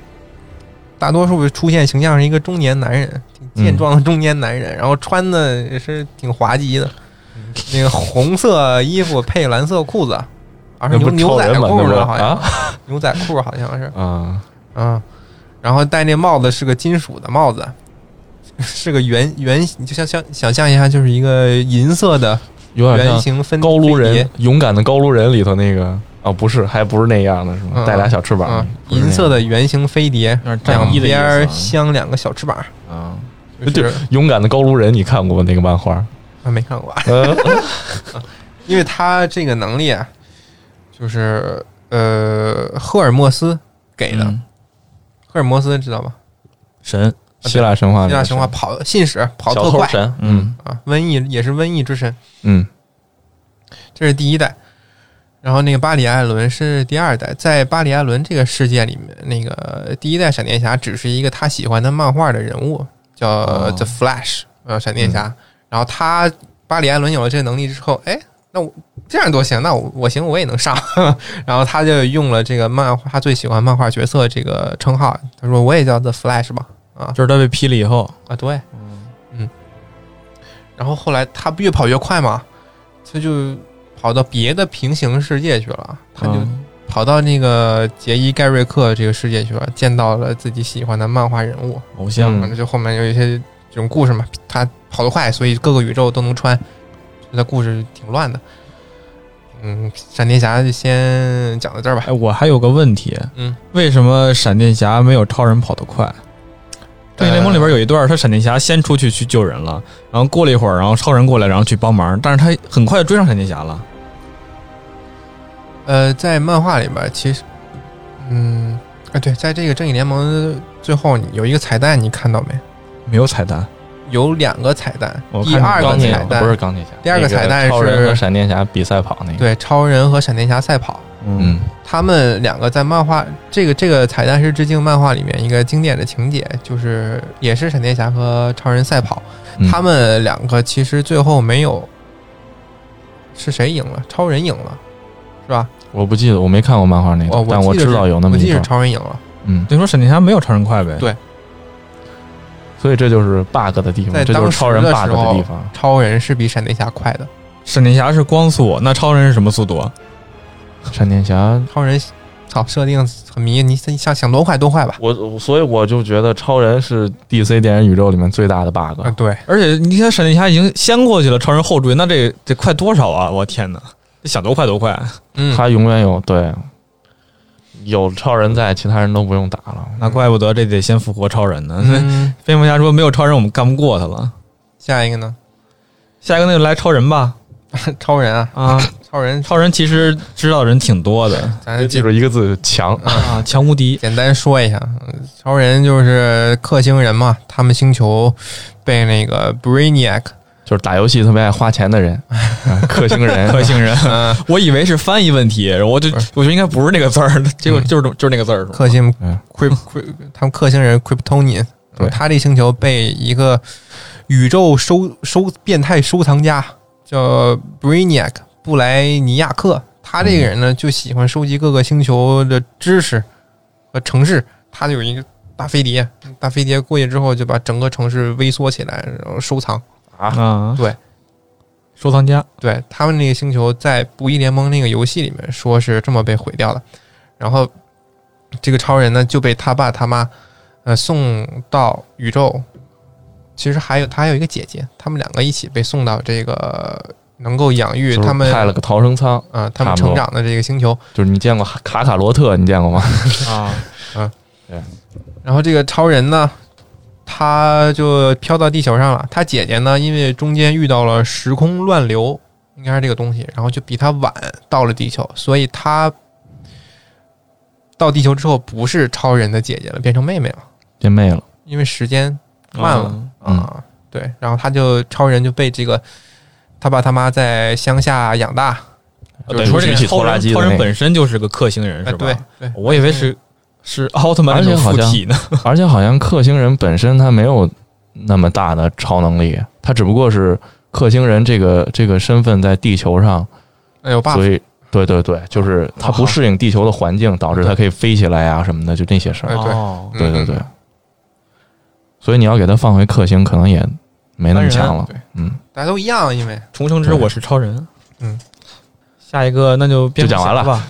S2: 大多数出现形象是一个中年男人，挺
S4: 嗯
S2: 健壮的中年男人，然后穿的也是挺滑稽的，那个红色衣服配蓝色裤子，而是
S4: 那不
S2: 牛
S4: 是
S2: 牛
S4: 超
S2: 仔
S4: 人吗？
S2: 裤
S4: 那不是
S2: 呢，好像
S4: 啊
S2: 牛仔裤好像是。
S4: 啊，
S2: 嗯，然后戴那帽子是个金属的帽子， 是个圆圆，你就像像想象一下，就是一个银色的
S4: 有点
S2: 圆
S4: 像
S2: 形分
S4: 高
S2: 飞
S4: 卢
S2: 碟
S4: 人，勇敢的高卢人里头那个啊，不是，还不是那样的，是吗
S2: 嗯？
S4: 带俩小翅膀
S2: 啊，，银色的圆形飞碟，
S1: 有点战
S2: 两
S1: 衣的意思
S2: 边
S1: 啊
S2: 儿镶两个小翅膀，
S1: 啊，
S2: 就是
S4: 哎对，勇敢的高卢人，你看过吗？那个漫画？
S2: 啊没看过啊，
S4: 呃，
S2: 因为他这个能力啊，就是呃赫尔墨斯给的，
S1: 嗯
S2: 赫尔墨斯知道吧？
S1: 神，
S4: 希腊神话，
S2: 希腊神话，跑信使跑
S4: 啊小
S2: 特
S4: 偷
S2: 快
S4: 神，嗯
S1: 嗯，
S2: 啊，瘟疫也是瘟疫之神，
S4: 嗯，
S2: 这是第一代。然后那个巴里艾伦是第二代，在巴里艾伦这个世界里面，那个第一代闪电侠只是一个他喜欢的漫画的人物，叫
S4: 哦
S2: The Flash，呃，闪电侠。然后他巴里艾伦有了这个能力之后，哎，那我这样多行，那我我行我也能上。 然后他就用了这个漫画他最喜欢漫画角色这个称号，他说我也叫 The Flash 吧，啊
S1: 就是他被劈了以后，
S2: 啊对，嗯。然后后来他越跑越快嘛，他就跑到别的平行世界去了，他就
S1: 嗯
S2: 跑到那个杰伊·盖瑞克这个世界去了，见到了自己喜欢的漫画人物，
S1: 偶像
S4: 嗯
S2: 反正就后面有一些这种故事嘛，他跑得快，所以各个宇宙都能穿，这故事挺乱的。嗯，闪电侠就先讲到这儿吧
S1: 哎，。我还有个问题，
S2: 嗯，
S1: 为什么闪电侠没有超人跑得快？
S2: 呃
S1: 正义联盟里边有一段，他闪电侠先出去去救人了，然后过了一会儿，然后超人过来，然后去帮忙，但是他很快就追上闪电侠了。
S2: 呃，在漫画里边，其实，嗯，啊，对，在这个正义联盟最后你有一个彩蛋，你看到没？
S1: 没有彩蛋，
S2: 有两个彩蛋
S1: 我，看
S2: 第二个
S4: 钢铁
S2: 彩蛋
S4: 不是钢铁侠，
S2: 第二个
S4: 那
S2: 彩蛋
S4: 超人
S2: 是
S4: 和闪电侠比赛跑那个，
S2: 对超人和闪电侠赛跑，
S4: 嗯，
S2: 他们两个在漫画这个这个彩蛋是致敬漫画里面一个经典的情节，就是也是闪电侠和超人赛跑，
S4: 嗯
S2: 他们两个其实最后没有是谁赢了，超人赢了，是吧？
S4: 我不记得，我没看过漫画那
S2: 哦
S4: 个，但
S2: 我
S4: 我
S2: 记得
S4: 知
S2: 是
S4: 道有那
S2: 我
S4: 么
S2: 记
S4: 一
S2: 得是
S4: 段，
S2: 超人赢了，
S4: 嗯，
S1: 等于说闪电侠没有超人快呗。
S2: 对
S4: 所以这就是 bug 的地方，
S2: 在
S4: 这
S2: 当
S4: 就是
S2: 时
S4: 超人
S2: 的
S4: bug
S2: 时候
S4: 的地方，
S2: 超人是比闪电侠快的，
S1: 闪电侠是光速，那超人是什么速度啊？
S4: 闪电侠
S2: 超人操设定很迷，你你想想多快多快吧？
S4: 我我所以我就觉得超人是 DC 电影宇宙里面最大的 bug，、
S2: 啊，对，
S1: 而且你看闪电侠已经先过去了，超人后追，那这得快多少啊？我天哪，这想多快多快，
S2: 嗯，
S4: 他永远有对有超人在，其他人都不用打了。
S1: 那怪不得这得先复活超人呢。
S2: 嗯，
S1: 蝙蝠侠说没有超人我们干不过他了，
S2: 下一个呢？
S1: 下一个那就来超人吧。
S2: 超人啊，
S1: 啊，
S2: 超人，
S1: 超人其实知道人挺多的
S2: 咱
S4: 记住一个字强，
S1: 啊，强无 敌。
S2: 简单说一下，嗯超人就是克星人嘛，他们星球被那个 Brainiac，
S4: 就是打游戏特别爱花钱 的人，啊克星人，
S1: 克星人，嗯
S2: 嗯，
S1: 我以为是翻译问题，我就
S2: 不是
S1: 我觉得应该不是那个字儿，结果就是就是那个字儿。是吧
S2: 克星
S4: 嗯
S2: Crypt，Crypt- 他们克星人 Kryptonian，
S4: 对
S2: 他这星球被一个宇宙收收变态收藏家叫 Brainiac 布莱尼亚克，他这个人呢就喜欢收集各个星球的知识和城市，他就有一个大飞碟，大飞碟过去之后就把整个城市微缩起来，然后收藏。
S1: 啊，
S2: 对，
S1: 收藏家
S2: 对他们那个星球在《不义联盟》那个游戏里面说是这么被毁掉的，然后这个超人呢就被他爸他妈呃送到宇宙其实还有他还有一个姐姐，他们两个一起被送到这个能够养育
S4: 就是
S2: 他们
S4: 派了个逃生舱，
S2: 啊他们
S4: 差不多
S2: 成长的这个星球。
S4: 就是你见过哈卡卡罗特，你见 过吗？
S1: 啊，
S2: 然后这个超人呢，他就飘到地球上了。他姐姐呢，因为中间遇到了时空乱流，应该是这个东西，然后就比他晚到了地球，所以他到地球之后不是超人的姐姐了，变成妹妹了，
S4: 变妹了，
S2: 因为时间慢了。
S1: 嗯
S4: 嗯
S2: 啊，对，然后他就超人就被这个他爸他妈在乡下养大，
S1: 等于说这个
S4: 就哦是一起
S1: 超
S4: 拖拉
S1: 人
S4: 机的
S1: 超
S4: 那
S1: 人
S4: 个
S1: 本身就是个克星人
S2: 哎
S1: 是吧？
S2: 对对，
S1: 我以为是是奥特曼
S4: 而且
S1: 那种
S4: 好
S1: 附
S4: 像
S1: 体呢。
S4: 而且好像克星人本身他没有那么大的超能力，他只不过是克星人这个这个身份在地球上，
S2: 哎有爸
S4: 所以对对对，就是他不适应地球的环境，导致他可以飞起来呀、什么的，就那些事儿。
S2: 啊哎对
S1: 哦，
S4: 对对对
S2: 嗯，
S4: 所以你要给他放回克星，可能也没那么强了
S2: 对。
S4: 嗯，
S2: 大家都一样，因为
S1: 重生之
S4: 对
S1: 我是超人。
S2: 嗯，
S1: 下一个那就蝙蝠
S4: 就讲完
S1: 侠
S4: 了
S1: 吧。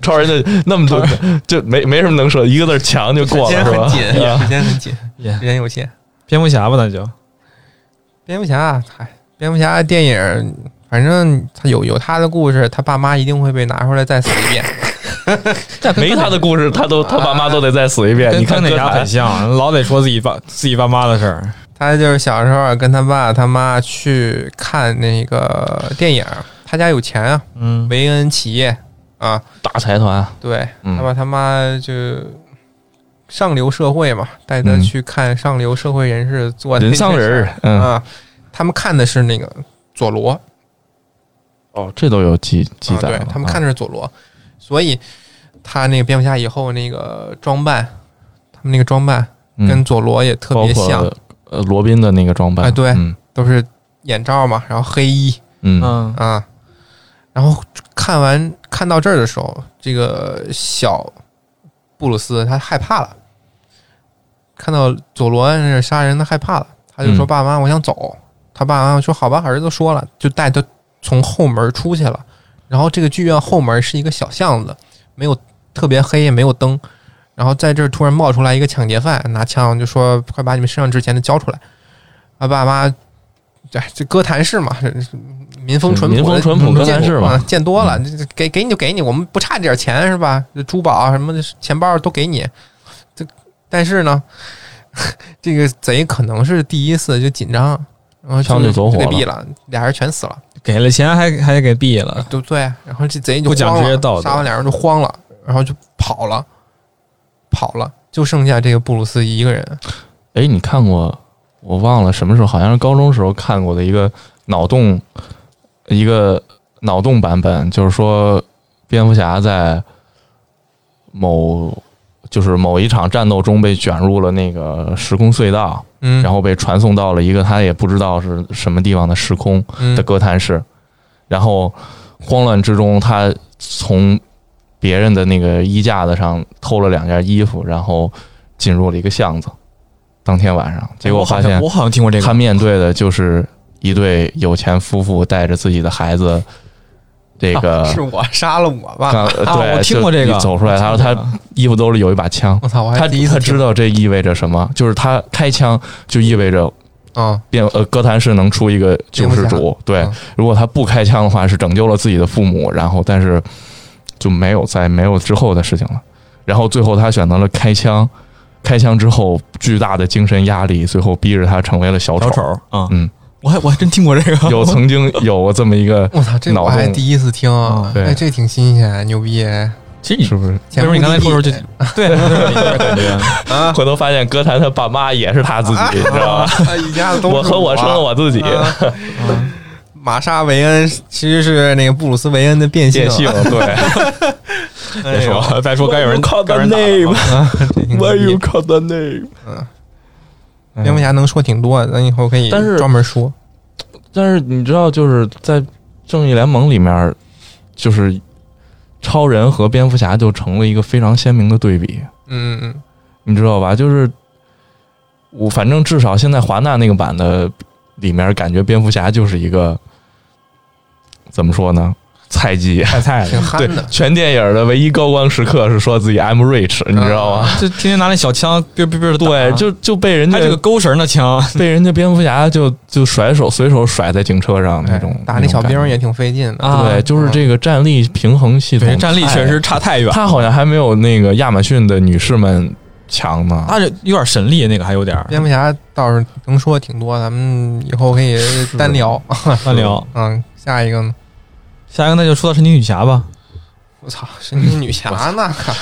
S4: 超人的 那么多就没没什么能说，一个字强就过
S2: 时
S4: 了
S2: 间
S4: 是
S2: 很
S4: 吧？
S2: 紧， 时间很紧，
S1: 也
S2: 时间有限。
S1: 蝙蝠侠吧，那就
S2: 蝙蝠侠，嗨，蝙蝠侠电影，反正他有有他的故事，他爸妈一定会被拿出来再死一遍。
S4: 没他的故事，他都他爸妈都得再死一遍。
S1: 跟
S4: 你看
S1: 跟那
S4: 哥
S1: 啥
S4: 谭
S1: 很像，老得说自己爸自己爸妈的事儿。
S2: 他就是小时候啊跟他爸他妈去看那个电影，他家有钱啊，
S1: 嗯，
S2: 维恩企业啊，
S4: 大财 团，
S2: 对，
S4: 嗯
S2: 他爸他妈就上流社会嘛，带他
S4: 嗯
S2: 去看上流社会人士做的
S4: 人上人儿，嗯，
S2: 啊，他们看的是那个佐罗
S4: 哦，这都有记记
S2: 啊，
S4: 载
S2: 对
S4: 了。
S2: 他们
S4: 啊
S2: 看的是佐罗，所以他那个蝙蝠侠以后那个装扮，他们那个装扮
S4: 嗯
S2: 跟佐罗也特
S4: 包
S2: 别
S4: 括
S2: 像，
S4: 呃罗宾的那个装扮
S2: 哎对
S4: 嗯
S2: 都是眼罩嘛，然后黑衣
S4: 嗯，
S1: 嗯，
S2: 啊，然后看完看到这儿的时候，这个小布鲁斯他害怕了，看到佐罗在那儿杀人，他害怕了，他就说：“
S4: 嗯
S2: 爸妈，我想走。”他爸妈说：“好吧，儿子都说了，就带他从后门出去了。”然后这个剧院后门是一个小巷子，没有特别黑，也没有灯。然后在这儿突然冒出来一个抢劫犯，拿枪就说：“快把你们身上值钱的交出来！”他爸妈，这这歌坛市嘛，这这民风淳朴的，
S4: 民风淳朴
S2: 嗯
S4: 歌坛市嘛嗯
S2: 见啊见多了，这这给给你就给你，我们不差这点钱是吧？这珠宝啊什么的，钱包都给你。这但是呢， 这个贼可能是第一次就紧张，然后
S4: 枪就走火
S2: 给
S4: 了
S2: 毙了，俩人全死了。
S1: 给了钱还还给毙了。
S2: 对对，然后这贼就
S1: 不讲
S2: 慌了
S1: 职业道德
S2: 杀完俩人就慌了，然后就跑了，跑了，就剩下这个布鲁斯一个人。
S4: 哎，你看过？我忘了什么时候，好像是高中时候看过的一个脑洞，一个脑洞版本，就是说蝙蝠侠在某就是某一场战斗中被卷入了那个时空隧道，
S2: 嗯，
S4: 然后被传送到了一个他也不知道是什么地方的时空，
S2: 嗯
S4: 的哥谭市，然后慌乱之中，他从别人的那个衣架子上偷了两件衣服，然后进入了一个巷子。当天晚上，结果
S1: 我好
S4: 发
S1: 像
S4: 现
S1: 我好像听过这
S4: 他
S1: 个，
S4: 面对的就是一对有钱夫妇带着自己的孩子，这个
S2: 是我杀了我吧？
S4: 刚呃
S1: 啊
S4: 对，
S1: 我听过
S4: 就
S1: 这个
S4: 一走出来，他说他衣服兜里有一把枪，
S2: 我操！我
S4: 他
S2: 还第一
S4: 他
S2: 次
S4: 知
S2: 道
S4: 道这意味着什么，就是他开枪就意味着
S2: 啊，
S4: 变呃，哥谭市能出一个救世主。对
S2: 嗯，
S4: 如果他不开枪的话，是拯救了自己的父母，然后但是就没有再没有之后的事情了。然后最后他选择了开枪，开枪之后巨大的精神压力，最后逼着他成为了小
S1: 小
S4: 丑。
S1: 丑啊，
S4: 嗯，
S1: 我还我还真听过这个，
S4: 有曾经有过这么一 个，
S2: 我操！这我
S4: 脑
S2: 还
S4: 洞
S2: 第一次听，
S1: 啊
S4: 对
S2: 哎，这挺新鲜，牛逼！
S1: 其实你
S4: 是不是？
S1: 为什么你刚才说的时
S2: 前
S1: 候就 对，就是你这感觉
S4: 回头发现哥谭他爸妈也是他自己，你知道吧？
S2: 目的地，啊一家子都是
S4: 我和我生了我自己，
S2: 啊
S1: 嗯
S2: 玛莎·维恩其实是那个布鲁斯·维恩的变性
S4: 变，性对。
S2: 哎呦
S1: 说再说该有人
S4: Why you call
S1: 该有
S4: the
S1: 人打了
S4: name?
S2: 这挺牛逼
S4: Why you call the name?
S2: 嗯蝙蝠侠能说挺多的，咱以后可以
S4: 但是
S2: 专门说。
S4: 但是你知道，就是在正义联盟里面，就是超人和蝙蝠侠就成了一个非常鲜明的对比，
S2: 嗯嗯
S4: 你知道吧？就是我反正至少现在华纳那个版的里面，感觉蝙蝠侠就是一个怎么说呢？菜鸡。
S5: 太菜
S2: 挺
S5: 了。
S2: 憨
S4: 对
S2: 的，，
S4: 全电影的唯一高光时刻是说自己 I'm rich，你
S2: 啊
S4: 知道吗？
S1: 就天天拿那小枪，哔哔哔的
S4: 对，就就被人家
S1: 他这个勾绳的枪，
S4: 被人家蝙蝠侠就就甩手随手甩在警车上那种
S2: 哎，打那小兵
S4: 种
S2: 儿
S4: 感觉
S2: 也挺费劲的
S1: 啊
S4: 对，就是这个战力平衡系统
S1: 对
S4: 太，
S1: 战力确实差太远。
S4: 他好像还没有那个亚马逊的女士们强呢。
S2: 啊
S1: 他这有点神力，那个还有点儿
S2: 蝙蝠侠倒是能说挺多，咱们以后可以单聊。
S1: 乱啊聊。
S2: 嗯，下一个呢？
S1: 下一个那就说到神奇女侠 吧，
S2: 我操，神奇女侠那可，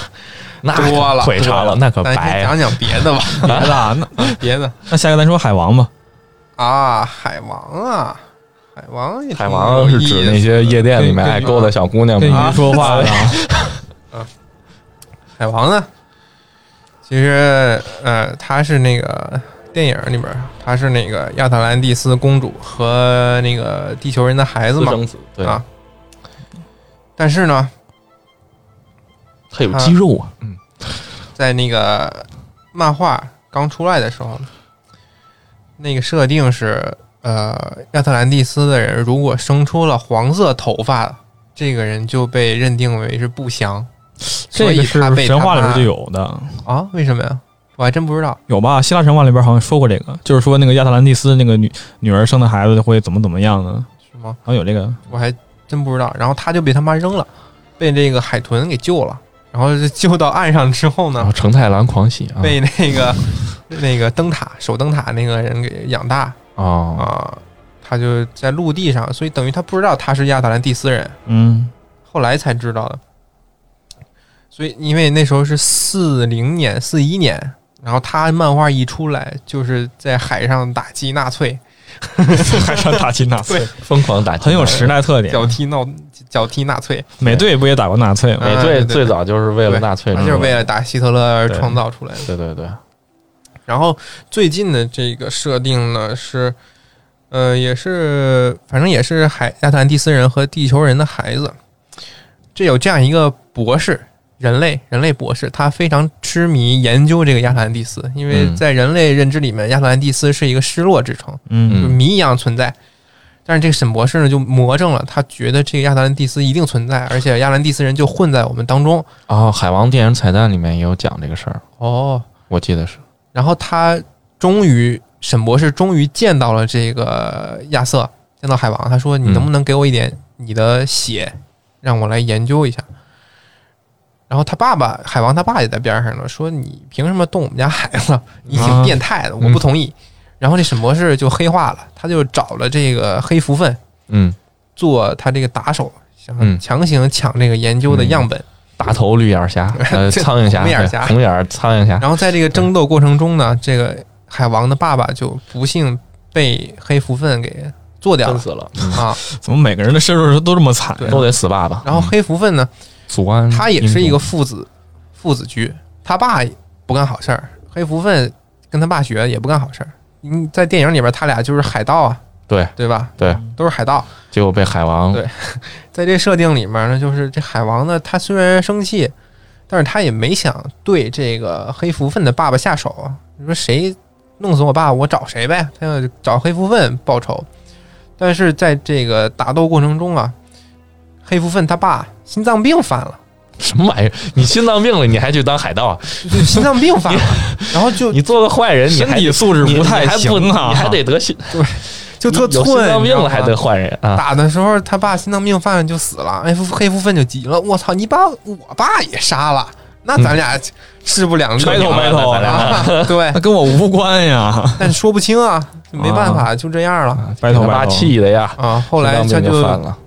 S4: 那
S2: 多
S4: 可
S2: 了
S4: 腿
S2: 多
S4: 长
S2: 了
S4: 了，那可
S2: 咱
S4: 白啊
S2: 先
S4: 呀！
S2: 讲讲别 的吧。
S1: 别的啊那
S2: 别的
S1: 那下一个咱说海王吧，
S2: 啊，海王啊，海王也挺
S4: 海王是指
S2: 有
S4: 那些
S2: 意思的
S4: 夜店里面爱勾搭小姑娘
S1: 跟
S4: 吗？
S1: 鱼说话的啊，
S2: 海王呢？其实，呃，她是那个电影里边儿，她是那个亚特兰蒂斯公主和那个地球人的孩子
S4: 私
S2: 嘛。
S4: 生子对，
S2: 啊但是呢，
S4: 他有肌肉啊，嗯，
S2: 在那个漫画刚出来的时候，那个设定是，呃，亚特兰蒂斯的人如果生出了黄色头发，这个人就被认定为是不祥。所
S1: 这
S2: 以
S1: 个是
S2: 他被
S1: 神话里
S2: 他
S1: 边
S2: 妈
S1: 就有的，
S2: 啊？为什么呀？我还真不知道。
S1: 有吧？希腊神话里边好像说过这个，就是说那个亚特兰蒂斯那个女女儿生的孩子会怎么怎么样呢？
S2: 是吗？
S1: 好像有这个，
S2: 我还真不知道。然后他就被他妈扔了，被这个海豚给救了。然后就救到岸上之后
S4: 然
S2: 呢
S4: 后，承啊太郎狂喜
S1: 嗯
S4: 啊
S2: 被那个那个灯塔守灯塔那个人给养大
S4: 啊，
S2: 啊。他就在陆地上，所以等于他不知道他是亚特兰蒂斯人，
S1: 嗯，
S2: 后来才知道的。所以，因为那时候是四零年、四一年，然后他漫画一出来，就是在海上打击纳粹，
S1: 还上大金纳粹，
S4: 疯狂打击
S1: 很有时代特点。
S2: 脚踢闹脚踢纳粹，
S1: 美队不也打过纳粹吗？
S4: 美
S2: 啊对
S4: 队
S2: 对
S4: 最早就是为了
S2: 对
S4: 纳粹
S2: 他
S4: 之
S2: 就
S4: 路，
S2: 是为了打希特勒而
S4: 对
S2: 创造出来的。
S4: 对对对，
S2: 然后最近的这个设定呢是，呃，也是反正也是海亚特兰蒂斯人和地球人的孩子。这有这样一个博士，人类人类博士，他非常痴迷研究这个亚特兰蒂斯，因为
S4: 嗯
S2: 在人类认知里面，亚特兰蒂斯是一个失落之城，就是
S1: 嗯，
S2: 谜一样存在。但是这个沈博士呢，就魔怔了，他觉得这个亚特兰蒂斯一定存在，而且亚特兰蒂斯人就混在我们当中。
S4: 哦，海王电影彩蛋里面也有讲这个事儿，
S2: 哦，
S4: 我记得是，
S2: 然后他终于，沈博士终于见到了这个亚瑟，见到海王。他说：“你能不能给我一点你的血，让我来研究一下？”然后他爸爸海王他爸也在边上呢，说：“你凭什么动我们家孩子？你挺变态的，我不同意。然后这沈博士就黑化了，他就找了这个黑福分
S4: 嗯，
S2: 做他这个打手，想
S4: 嗯
S2: 强行抢这个研究的样本。
S4: 大头绿眼侠，呃，
S2: 这
S4: 苍蝇侠，
S2: 红眼
S4: 对
S2: 侠
S4: 红眼儿苍蝇侠，
S2: 然后在这个争斗过程中
S4: 嗯
S2: 呢，这个海王的爸爸就不幸被黑福分给做掉
S4: 真
S2: 了
S4: 死了，
S2: 啊。
S1: 怎么每个人的身世都这么惨？
S2: 对
S4: 都得死爸爸。
S2: 然后黑福分呢，
S4: 祖安，
S2: 他也是一个，父子父子局，他爸不干好事儿，黑福分跟他爸学也不干好事儿。嗯，在电影里边他俩就是海盗啊，
S4: 对
S2: 对吧？
S4: 对，
S2: 都是海盗。
S4: 结果被海王
S2: 对在这设定里面呢，就是这海王呢，他虽然生气，但是他也没想对这个黑福分的爸爸下手啊。你说谁弄死我爸，我找谁呗？他要找黑福分报仇。但是在这个打斗过程中啊，黑福分他爸心脏病犯 了，
S4: 什么玩意儿？你心脏病了，你还去当海盗？啊
S2: 就心脏病犯了，然后就
S4: 你做个坏人，哎你
S1: 身
S4: 还
S1: 体素质
S4: 你
S1: 不太
S4: 你还
S1: 行啊，
S4: 你还得得心，
S2: 就特
S4: 有
S2: 寸，
S4: 心脏
S2: 你
S4: 病
S2: 知道
S4: 了
S2: 吗
S4: 还得坏人啊？
S2: 打的时候，他爸心脏病犯了就死了，黑福黑福分就急了，我操，你把我爸也杀了，那
S4: 嗯
S2: 咱俩势不两立
S1: 掰头
S2: 啊
S1: 掰头
S4: 咱俩
S2: 啊， 对
S1: 那，跟我无关 呀。
S2: 但说不清啊，就没办法，就这样了
S1: 白头
S4: 给他
S1: 白
S4: 爸
S1: 头，
S4: 气的呀！
S2: 啊。后来
S4: 啊心
S2: 他
S4: 脏病就犯
S2: 就
S4: 了，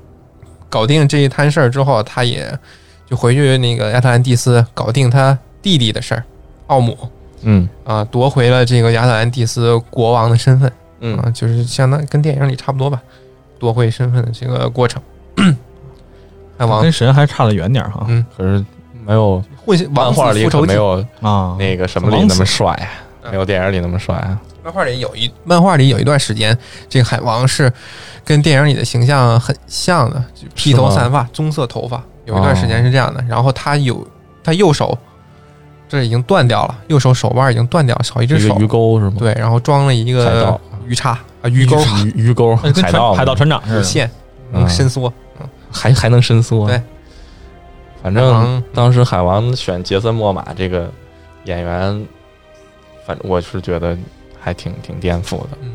S2: 搞定这一摊事儿之后，他也就回去那个亚特兰蒂斯搞定他弟弟的事儿，奥姆
S4: 嗯
S2: 啊，夺回了这个亚特兰蒂斯国王的身份
S4: 嗯
S2: 啊，就是相当跟电影里差不多吧，夺回身份的这个过程。 海王
S1: 跟神还差得远点儿哈
S2: 嗯
S4: 可是没有
S2: 混血
S4: 漫
S2: 王
S4: 画
S2: 子
S4: 里
S2: 复
S4: 可
S2: 仇
S4: 没
S2: 记，
S4: 有
S1: 啊，
S4: 嗯那个什么里那么帅啊，
S2: 嗯
S4: 没有电影里那么帅啊。
S2: 漫画里有一漫画里有一段时间，这个海王是跟电影里的形象很像的，就披头散发、棕色头发，有一段
S4: 哦
S2: 时间是这样的。然后他有他右手，这已经断掉了，右手手腕已经断掉了，少一只
S4: 这
S2: 手
S4: 个鱼。钩是吗？
S2: 对，然后装了一
S4: 海
S2: 个
S4: 盗
S2: 鱼叉啊鱼钩
S4: 鱼鱼钩，
S1: 哎那就跟
S4: 海盗
S1: 船海盗船长
S2: 有
S1: 似的，
S2: 线，
S4: 嗯
S2: 能伸缩。嗯，
S4: 还还能伸缩。
S2: 对，
S4: 反
S2: 海
S4: 正
S2: 王
S4: 当时海王选杰森·莫玛这个演员，反正我是觉得还挺挺颠覆的。
S2: 嗯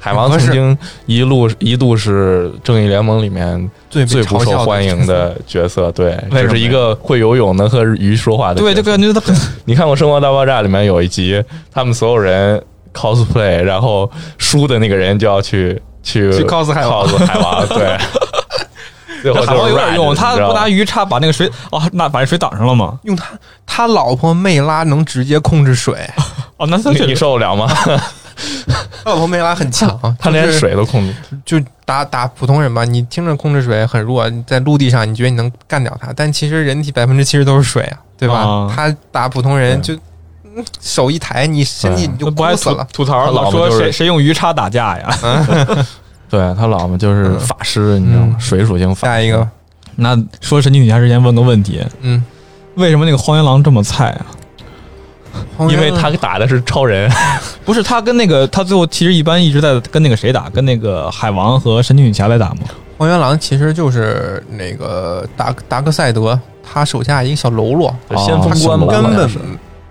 S4: 海王
S2: 很合
S4: 曾
S2: 适
S4: 经一路一度是正义联盟里面
S2: 最被
S4: 最不
S2: 嘲笑
S4: 受欢迎
S2: 的角色，
S4: 的角色，对，
S1: 为什么
S4: 就是一个会游泳能和鱼说话的角色。
S1: 对，就感觉 他很
S4: 你看过《生活大爆炸》里面有一集，他们所有人 cosplay，然后输的那个人就要去去
S2: 去 cos 海王
S4: cos 海王，对。最后
S1: 海王有点用，他不拿
S4: 鱼，
S1: 鱼叉把那个水哦，那把那水挡上了吗？
S2: 用他他老婆梅拉能直接控制 水，
S1: 哦，那他
S4: 你你
S1: 确实
S4: 受得了吗？
S2: 他老婆梅拉很强，
S4: 他连
S2: 就是
S4: 水都控制。
S2: 就打打普通人吧，你听着控制水很弱，你在陆地上你觉得你能干掉它，但其实人体百分之七十都是水啊，对吧
S1: 啊？
S2: 他打普通人
S4: 对
S2: 就嗯手一抬，你身体
S4: 对
S2: 你就
S1: 不爱
S2: 枯死
S1: 吐
S2: 了。
S1: 吐槽，
S4: 他老
S1: 老
S4: 婆
S1: 说
S4: 就是
S1: 谁谁用鱼叉打架呀？
S4: 对他老婆就是
S2: 嗯
S4: 法师，你知道吗？
S2: 嗯
S4: 水属性法。
S2: 下一个，
S1: 那说神奇女侠之前问个问题，
S2: 嗯，
S1: 为什么那个荒原狼这么菜啊？
S2: 黄
S4: 因
S2: 猿
S4: 为他打的是超人，
S1: 不是他跟那个他最后其实一般一直在跟那个谁打，跟那个海王和神奇女侠在打吗？
S2: 黄猿狼其实就是那个达达克赛德他手下一个小喽啰，
S1: 哦
S4: 先
S2: 他
S4: 锋官吧，
S2: 根
S4: 好像
S2: 本
S4: 是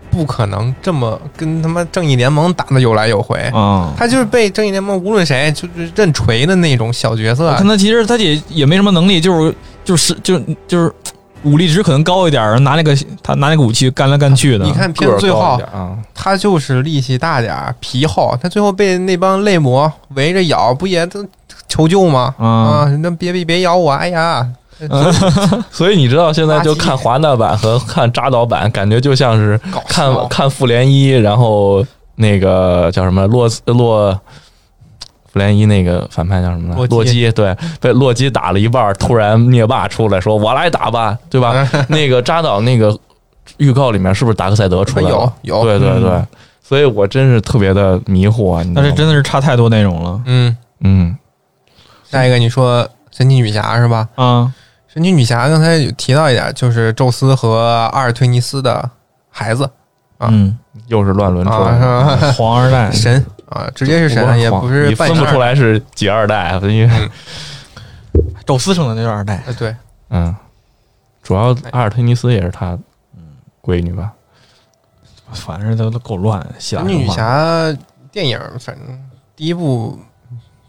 S2: 不可能这么跟他妈正义联盟打的有来有
S4: 哎
S2: 回，
S1: 啊、
S2: 他就是被正义联盟无论谁就是认锤的那种小角色
S1: 我
S2: 啊
S1: 看，他其实他也也没什么能力，就是就是就就是武力值可能高一点，拿那个他拿那个武器干来干去的。
S2: 啊你看
S4: 个
S2: 片子
S4: 儿
S2: 最
S4: 高一
S2: 后
S4: 点啊，
S2: 他就是力气大点儿，皮厚，他最后被那帮类魔围着咬，不也都求救吗？
S1: 啊
S4: 嗯
S2: 啊，那别别别咬我！哎 呀，
S4: 所以你知道现在就看
S2: 垃圾
S4: 华纳版和看扎导版，感觉就像是
S2: 搞
S4: 看
S2: 笑
S4: 看复联一，然后那个叫什么洛斯洛复联一那个反派叫什么来？
S2: 洛基
S4: 洛基对，被洛基打了一半，突然灭霸出来说：“我来打吧，对吧？”嗯 那个扎导那个预告里面是不是达克赛德
S2: 哎
S4: 出来了？
S2: 有有
S4: 对对对
S1: 嗯，
S4: 所以我真是特别的迷惑啊！你知道
S1: 但
S4: 吗
S1: 是真的是差太多内容了
S2: 嗯，
S4: 嗯，
S2: 下一个你说神奇女侠是吧？
S1: 啊！
S2: 神奇女侠刚才有提到一点，就是宙斯和阿尔忒弥斯的孩子啊
S1: 嗯，
S4: 又是乱伦出来的。
S2: 啊，是吧
S1: 黄二代
S2: 神啊，直接是
S4: 我
S2: 神，也
S4: 晃
S2: 不是
S4: 你
S2: 扮
S4: 分不
S2: 演
S4: 出
S2: 二
S4: 来是几二代，因为
S2: 嗯
S1: 宙斯生的那是二代，
S2: 呃对，
S4: 嗯，主要阿尔忒弥斯也是他闺女吧？
S1: 反正都都够乱，希腊
S2: 神
S1: 神
S2: 奇
S1: 话
S2: 女侠
S4: 嗯
S2: 电影反正第一部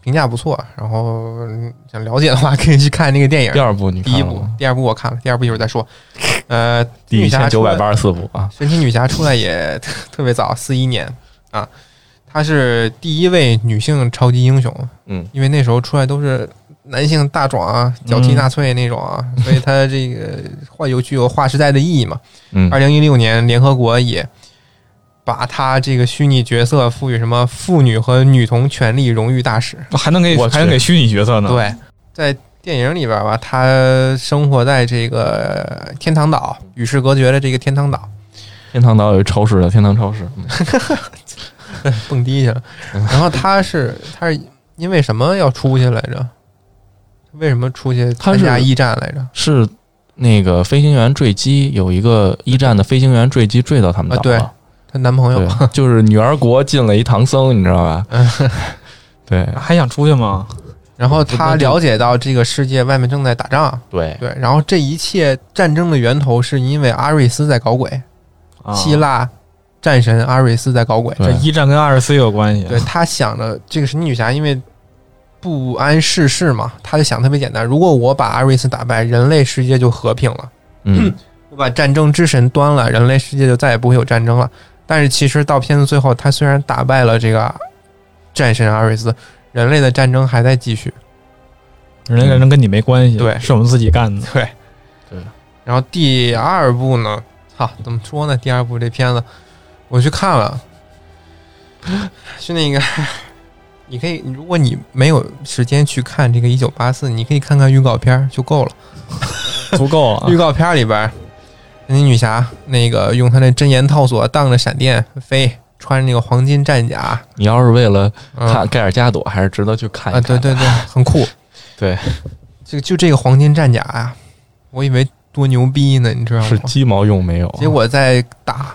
S2: 评价不错，然后嗯想了解的话可以去看那个电影
S4: 第。二部你
S2: 嗯第一
S4: 看了
S2: 部
S4: 吗？，
S2: 第二部我看了，第二部一会儿再说。呃，
S4: 第一
S2: 女侠
S4: 千九
S2: 出
S4: 百
S2: 来，
S4: 八十四部啊，
S2: 神奇女侠出来也 特特别早，四一年啊，她是第一位女性超级英雄，
S4: 嗯，
S2: 因为那时候出来都是男性大壮啊，脚踢纳粹那种啊，所以她这个话有具有划时代的意义嘛。
S4: 嗯
S2: 二零一六年，联合国也把她这个虚拟角色赋予什么妇女和女童权利荣誉大使，
S1: 还能给
S4: 我去
S1: 还能给虚拟角
S4: 嗯
S1: 色呢。
S2: 对，在电影里边儿吧，他生活在这个天堂岛，与世隔绝的这个天堂岛，
S4: 天堂岛有一超市的天堂超市，嗯
S2: 蹦迪去了。
S4: 嗯
S2: 然后他是他是因为什么要出去来着？为什么出去
S4: 他
S2: 参加
S4: 是
S2: 一战来着？
S4: 是那个飞行员坠机，有一个一战的飞行员坠机坠到他们岛了，
S2: 她男朋友
S4: 啊对，哎 就是女儿国进了一唐僧，你知道 吧？对
S1: 还想出去吗？
S2: 然后他了解到这个世界外面正在打仗，
S4: 对，
S2: 对，然后这一切战争的源头是因为阿瑞斯在搞鬼，
S1: 啊
S2: 希腊战神阿瑞斯在搞鬼，
S1: 这
S4: 对
S1: 一战跟二十四有关系。
S2: 对他想的这个神奇女啊侠，因为不谙世事嘛，他就想特别简单：如果我把阿瑞斯打败，人类世界就和平了；
S4: 嗯，
S2: 我把战争之神端了，人类世界就再也不会有战争了。但是其实到片子最后，他虽然打败了这个战神阿瑞斯，人类的战争还在继续。
S1: 人家战争跟你没关系，
S2: 对
S1: 是我们自己干的。
S2: 对，
S4: 对。
S2: 然后第二部呢？操，怎么说呢？第二部这片子我去看了，是那个，你可以，如果你没有时间去看这个《一九八四》，你可以看看预告片儿就够了。
S1: 足够 啊
S2: 预！告片儿里边儿，神奇女侠那个用她那真言套索荡着闪电飞，穿着那个黄金战甲，
S4: 你要是为了
S2: 嗯、
S4: 看盖尔加朵，还是值得去看
S2: 啊，
S4: 一看。
S2: 对对对，很酷。
S4: 对，
S2: 就就这个黄金战甲呀、我以为多牛逼呢，你知道吗？
S4: 是鸡毛用没有啊？
S2: 结果在打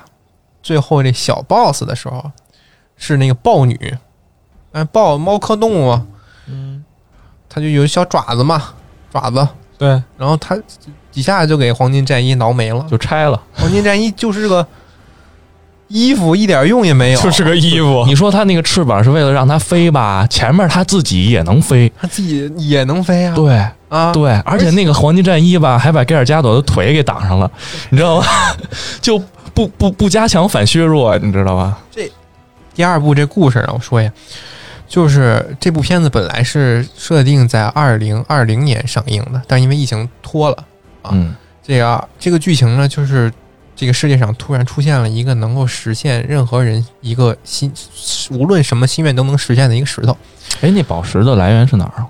S2: 最后这小 boss 的时候，是那个豹女，哎，豹猫科动物嘛，
S1: 嗯
S2: 它就有小爪子嘛，爪子
S1: 对，
S2: 然后他一下就给黄金战衣挠没了。
S4: 就拆了。
S2: 黄金战衣就是个衣服，一点用也没有，
S1: 就是个衣服，
S4: 你说他那个翅膀是为了让它飞吧？前面他自己也能飞，
S2: 他自己也能飞啊。
S4: 对
S2: 啊，
S4: 对，而且那个黄金战衣吧，还把盖尔加朵的腿给挡上了，你知道吗？ 就不不不加强反削弱，你知道吧？
S2: 第二部这故事让我说一下，就是这部片子本来是设定在二零二零年上映的，但因为疫情拖了。啊
S4: 嗯，
S2: 这个这个剧情呢，就是这个世界上突然出现了一个能够实现任何人一个心，无论什么心愿都能实现的一个石头，
S4: 哎，那宝石的来源是哪儿啊？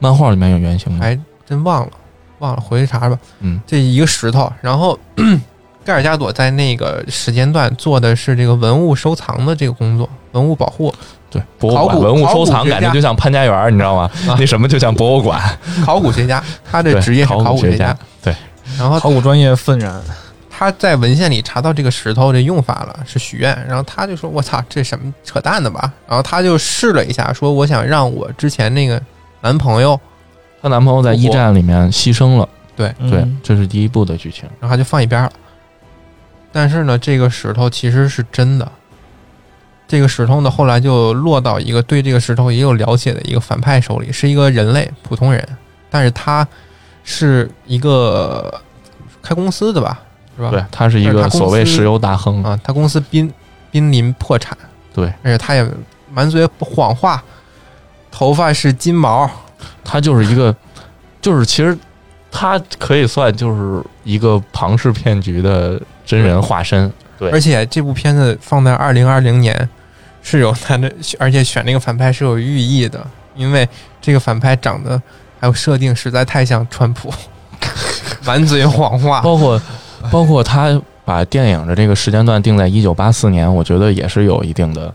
S4: 漫画里面有原型吗？
S2: 还真忘了，忘了回去查吧。
S4: 嗯，
S2: 这一个石头，然后 盖尔加朵在那个时间段做的是这个文物收藏的这个工作，文物保护、
S4: 对，博物
S2: 考
S4: 馆
S2: 古
S4: 文物
S2: 考古
S4: 收藏
S2: 学
S4: 感觉
S2: 家
S4: 就像潘家啊园儿，你知道吗？那什么就像博物 馆，
S2: 考古学家，他的
S4: 对
S2: 职业是
S4: 考古
S2: 考古
S4: 学
S2: 学家
S4: 家。对，
S2: 然后
S1: 考古专业愤然，
S2: 他在文献里查到这个石头的用法了，是许愿，然后他就说：“我操，这什么扯淡的吧？”然后他就试了一下，说：“我想让我之前那个男朋友。
S4: 她男朋友在一战里面牺牲了，对
S1: 嗯，
S4: 这是第一部的剧情。”
S2: 然后他就放一边了。但是呢，这个石头其实是真的。这个石头呢，后来就落到一个对这个石头也有了解的一个反派手里，是一个人类普通人，但是他是一个开公司的吧，是吧？
S4: 对，他啊是一
S2: 但是
S4: 个
S2: 他公
S4: 所谓
S2: 司
S4: 石油大亨，
S2: 啊，他公司濒濒临破产，
S4: 对，
S2: 而且他也满嘴谎话，头发是金毛，
S4: 他就是一个，就是其实他可以算就是一个庞氏骗局的真人化身。对
S2: 而且这部片子放在二零二零年是有他的，而且选那个反派是有寓意的，因为这个反派长得还有设定实在太像川普， 满嘴谎话，
S4: 包括包括他把电影的这个时间段定在一九八四年，我觉得也是有一定的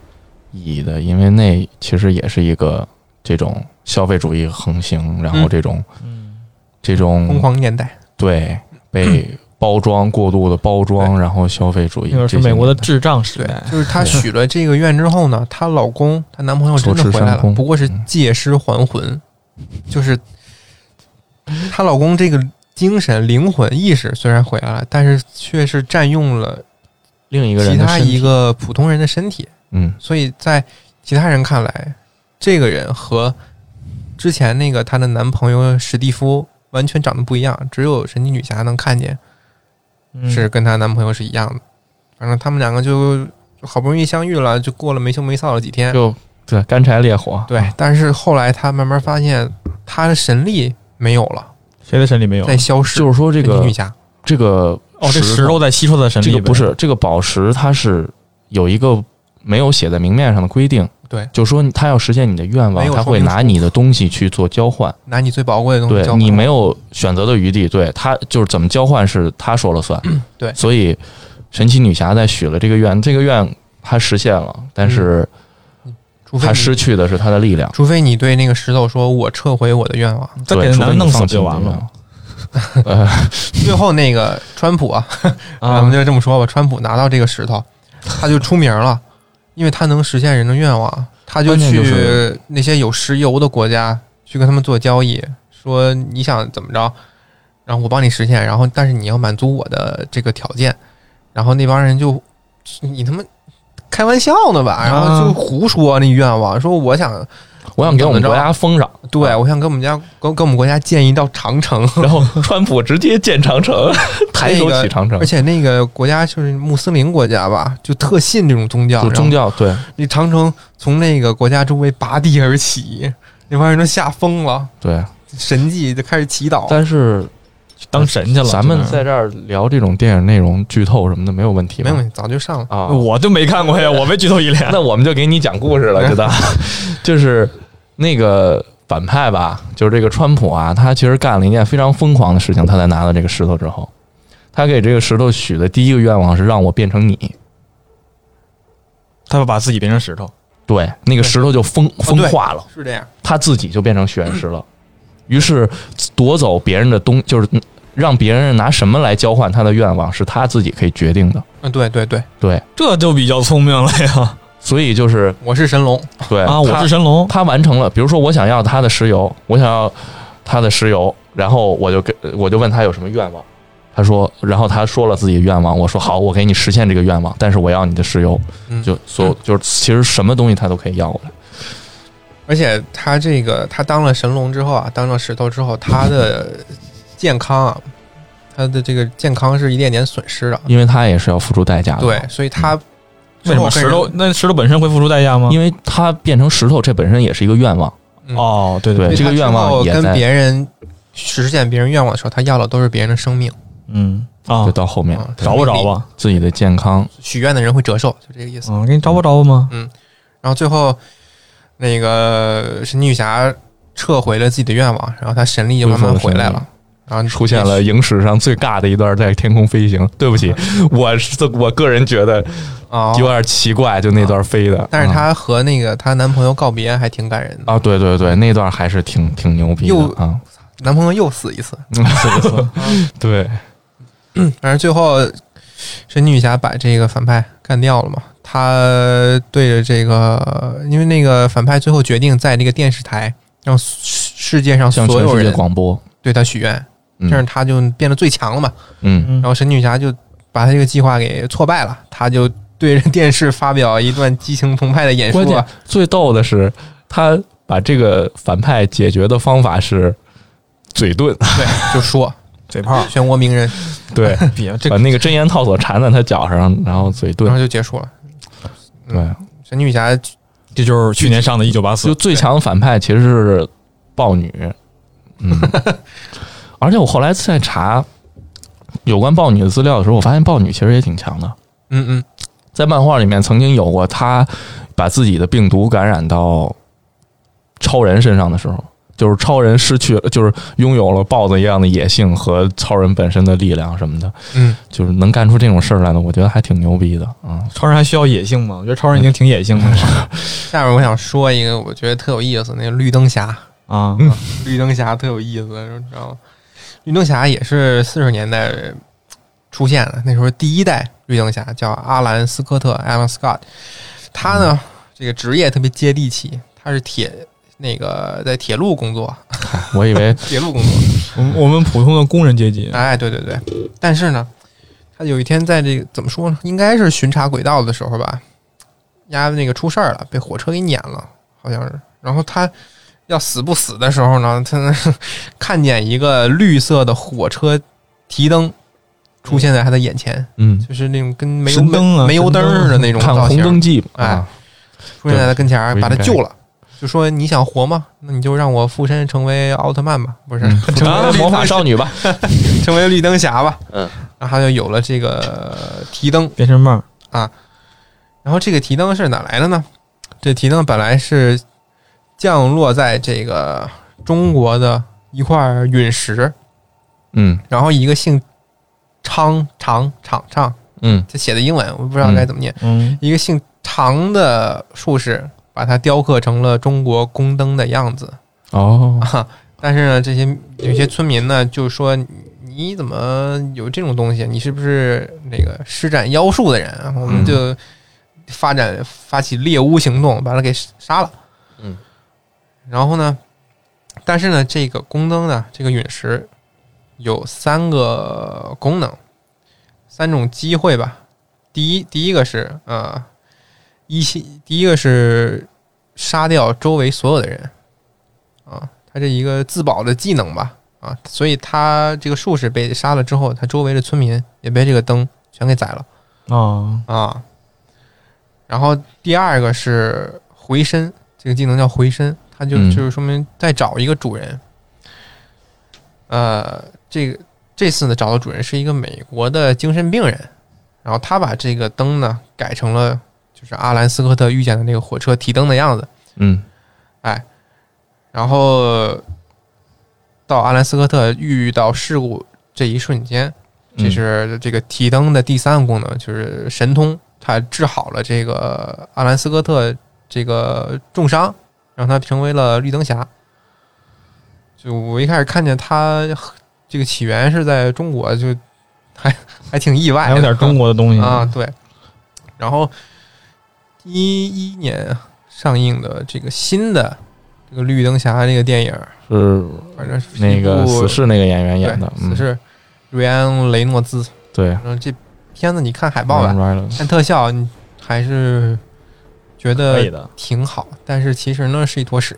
S4: 意义的，因为那其实也是一个这种消费主义横行，然
S2: 嗯
S4: 后这种、
S1: 嗯，
S4: 这
S2: 疯
S4: 种
S2: 狂年代，
S4: 对被包装过度的包装，然后消费主义
S1: 那会儿
S4: 这
S1: 是
S4: 些
S1: 美国的
S4: 年代
S1: 智障时
S2: 对
S1: 代，，
S2: 就是她许了这个愿之后呢， 她老公她男朋友真的
S4: 坐吃
S2: 回来
S4: 山
S2: 了，
S4: 空
S2: 不过是
S4: 嗯
S2: 借尸还魂，就是她老公这个精神、灵魂、意识虽然回来了，但是却是占用了
S4: 另一个人
S2: 其
S4: 的
S2: 他
S4: 身
S2: 一
S4: 体
S2: 个普通人的身体，
S4: 嗯
S2: 所以在其他人看来，这个人和之前那个她的男朋友史蒂夫完全长得不一样，只有神奇女侠能看见。
S1: 嗯
S2: 是跟她男朋友是一样的。反正他们两个就好不容易相遇了，就过了没羞没臊的几天。
S4: 就对干柴烈火
S2: 对，但是后来她慢慢发现她的神力没有了，
S1: 谁的神里没有？
S2: 在消失。
S4: 就是说这
S2: 神奇
S4: 个
S2: 女侠
S4: 这个
S1: 哦，这石头在吸收他的神力
S4: 这
S1: 呗，
S4: 个不是这个宝石，它是有一个没有写在明面上的规定，
S2: 对，
S4: 就说它要实现你的愿
S2: 没
S4: 望，
S2: 有
S4: 它
S2: 说
S4: 会
S2: 明
S4: 拿
S2: 书
S4: 你的东西去做交换，
S2: 拿你最宝贵的东西
S4: 对
S2: 交换
S4: 你没有选择的余地，对它就是怎么交换是他说了算，
S2: 嗯对
S4: 所以神奇女侠在许了这个愿，这个愿她实现了，但是
S2: 嗯除非
S4: 她
S2: 你
S4: 失去的是她的力量，
S2: 除非你对那个石头说“我撤回我的愿望
S1: 再给
S4: 对，除非
S1: 他
S4: 你
S1: 弄死
S4: 放
S1: 不
S4: 弃
S1: 就完
S4: 你的愿
S1: 了？
S4: 望。呃，”。
S2: 最后那个川普啊，咱
S1: 啊
S2: 们，就这么说吧，川普拿到这个石头，他就出名了，因为他能实现人的愿望，他就
S4: 关键就
S2: 去
S4: 是
S2: 那些有石油的国家去跟他们做交易，说你想怎么着，然后我帮你实现，然后但是你要满足我的这个条件，然后那帮人就你他妈。开玩笑呢吧，然后
S4: 啊
S2: 就胡说那愿望，说我想，
S4: 我想给我们国
S2: 啊
S4: 家封上，
S2: 对我想给我们家跟跟我们国家建一道长城，
S4: 然后川普直接建长城，抬手
S2: 那个
S4: 起长城
S2: 而，且那个国家就是穆斯林国家吧，就特信这种宗教，
S4: 就
S2: 然后
S4: 宗教对。
S2: 那长城从那个国家周围拔地而起，那帮人都吓疯了，
S4: 对，
S2: 神迹就开始祈祷。
S4: 但是
S1: 当神去了。
S4: 咱
S1: 真
S4: 们
S1: 的
S4: 在这儿聊这种电影内容剧透什么的没有问题
S2: 没
S4: 吧？
S2: 有问题，早就上了。
S4: 啊，
S1: 我就没看过呀，我被剧透一脸。
S4: 那我们就给你讲故事了，知 道？就是那个反派吧，就是这个川普啊，他其实干了一件非常疯狂的事情，他在拿到这个石头之后，他给这个石头许的第一个愿望是让我变成你。
S1: 他把自己变成石头，
S4: 对，那个石头就风
S2: 哦
S4: 风化了，
S2: 是这样，
S4: 他自己就变成许愿石了。于是夺走别人的东，就是让别人拿什么来交换他的愿望，是他自己可以决定的。
S2: 嗯，对对对，
S4: 对，
S1: 这就比较聪明了呀！
S4: 所以就是
S2: 我是神龙，
S4: 对
S1: 啊，我
S4: 他
S1: 是神龙，
S4: 他完成了，比如说我想要他的石油，我想要他的石油，然后我就跟我就问他有什么愿望，他说，然后他说了自己的愿望，我说好，我给你实现这个愿望，但是我要你的石油，
S2: 嗯
S4: 就所有就是其实什么东西他都可以要过来，
S2: 而且他这个他当了神龙之后啊，当了石头之后，他的健康啊，他的这个健康是一点点损失的。
S4: 因为他也是要付出代价的，
S2: 对，，所以他
S1: 为什么石头？那石头本身会付出代价吗？
S4: 因为他变成石头，这本身也是一个愿望，
S2: 嗯
S1: 哦，对
S4: 对
S2: 因为
S4: 这个
S2: 他之
S4: 愿望
S2: 后
S4: 也
S2: 跟
S4: 在
S2: 别人实现别人愿望的时候，他要的都是别人的生命。
S1: 嗯啊
S4: 就，到后面
S2: 嗯
S1: 找不着吧？
S4: 自己的健康，
S2: 许愿的人会折寿，就这个意思。
S1: 嗯，给你找不着吗？
S2: 然后最后那个神奇女侠撤回了自己的愿望，然后她神力就慢慢回来了，然后
S4: 出现了影史上最尬的一段在天空飞行。对不起，我是我个人觉得
S2: 啊。
S4: 有点奇怪，就那段飞的。
S2: 但是
S4: 嗯
S2: 她和那个她男朋友告别还挺感人 的，
S4: 啊，对对对，那段还是挺挺牛逼
S2: 又
S4: 的 啊。
S2: 男朋友又死一次，
S4: 对，
S2: 反正最后神奇女侠把这个反派干掉了嘛。她对着这个，因为那个反派最后决定在这个电视台让世世界上
S4: 向
S2: 所
S4: 全
S2: 有
S4: 世界
S2: 人
S4: 广播。
S2: 对她许愿，
S4: 嗯
S2: 这样她就变得最强了嘛。
S4: 嗯，
S1: 嗯
S2: 然后神女侠就把他这个计划给挫败了，他就对着电视发表一段激情澎湃的演说
S4: 关。键最逗的是，他把这个反派解决的方法是嘴遁，
S2: 对，就说
S1: 嘴炮，
S2: 漩涡鸣人，
S4: 对，
S1: 别这
S4: 把那个真言套索缠在他脚上，然后嘴
S2: 然
S4: 遁
S2: 后，就结束了。嗯
S4: 对，
S2: 神女侠
S1: 这就是去年上的《一九八四
S4: 就》。最强反派其实是豹女， 嗯，而且我后来在查有关豹女的资料的时候，我发现豹女其实也挺强的，
S2: 嗯嗯，
S4: 在漫画里面曾经有过她把自己的病毒感染到超人身上的时候，就是超人失去了，就是拥有了豹子一样的野性和超人本身的力量什么的，
S2: 嗯，
S4: 就是能干出这种事儿来的，我觉得还挺牛逼的啊、
S1: 超人还需要野性吗？我觉得超人已经挺野性的 了
S2: 下面我想说一个我觉得特有意思，那个绿灯侠，
S1: 啊。
S2: 绿灯侠特有意思，你知道吗？绿灯侠也是四十年代出现的，那时候第一代绿灯侠叫阿兰斯科特 （Alan Scott），他呢、这个职业特别接地气，他是铁那个在铁路工作，
S4: 我以 为
S2: 铁路工作。
S1: 我们嗯我们普通的工人阶级，
S2: 哎，对对对，但是呢，他有一天在这个怎么说呢？应该是巡查轨道的时候吧，丫那个出事儿了，被火车给碾了，好像是。然后他要死不死的时候呢，他那 看见一个绿色的火车提灯出现在他的眼前，
S4: 嗯，
S2: 就是那种跟煤油
S1: 神灯啊
S2: 煤油灯
S1: 神灯
S2: 似的那种
S4: 看
S2: 造
S4: 红
S2: 型，
S4: 灯记嘛，
S2: 哎
S4: 啊
S2: 出现在他跟前儿，
S4: 对
S2: 把他
S4: 我应该
S2: 救了。就说你想活吗？那你就让我附身成为奥特曼吧，不是？
S4: 嗯
S2: 成为
S4: 啊
S2: 绿
S4: 魔法少 女吧，
S2: 成为绿灯侠吧。
S4: 嗯，
S2: 然后他就有了这个呃提灯，
S1: 变身棒，
S2: 然后这个提灯是哪来的呢？这提灯本来是降落在这个中国的一块陨石，
S4: 嗯
S2: 然后一个姓昌长长长，
S4: 嗯
S2: 他写的英文我不知道该怎么念，
S1: 嗯，
S2: 一个姓常的术士把它雕刻成了中国宫灯的样子。
S4: 哦，
S2: 啊，但是呢，这些有些村民呢就说你你怎么有这种东西？你是不是那个施展妖术的人啊？我们就发展、发起猎巫行动，把他给杀了。
S4: 嗯，
S2: 然后呢，但是呢，这个宫灯呢，这个陨石有三个功能，三种机会吧。第一，第一个是呃，一些第一个是杀掉周围所有的人。啊，他这一个自保的技能吧，啊，所以他这个术士被杀了之后，他周围的村民也被这个灯全给宰了
S1: 啊，
S2: 啊。然后第二个是回身，这个技能叫回身，它就
S4: 嗯
S2: 就是说明再找一个主人。呃，这个这次呢找的主人是一个美国的精神病人，然后他把这个灯呢改成了就是阿兰斯科特遇见的那个火车提灯的样子。
S4: 嗯
S2: 然后到阿兰斯科特遇到事故这一瞬间，这
S1: 嗯
S2: 是这个提灯的第三个功能，就是神通，它治好了这个阿兰斯科特这个重伤，让他成为了绿灯侠。就我一开始看见他这个起源是在中国，就还还挺意外
S1: 还
S2: 的，
S1: 有点中国的
S4: 嗯
S1: 东西
S2: 啊，对。然后一一年上映的这个新的这个绿灯侠那个电影，
S4: 是
S2: 反正是
S4: 那个
S2: 一部
S4: 死侍那个演员
S2: 对
S4: 演的，嗯
S2: 死，侍瑞安·雷诺兹。
S4: 对，
S2: 反正这片子你看海报吧，
S4: 吧，
S2: 看特效，你还是觉
S1: 可以
S2: 得
S1: 的。
S2: 挺好。但是其实呢，是一坨屎。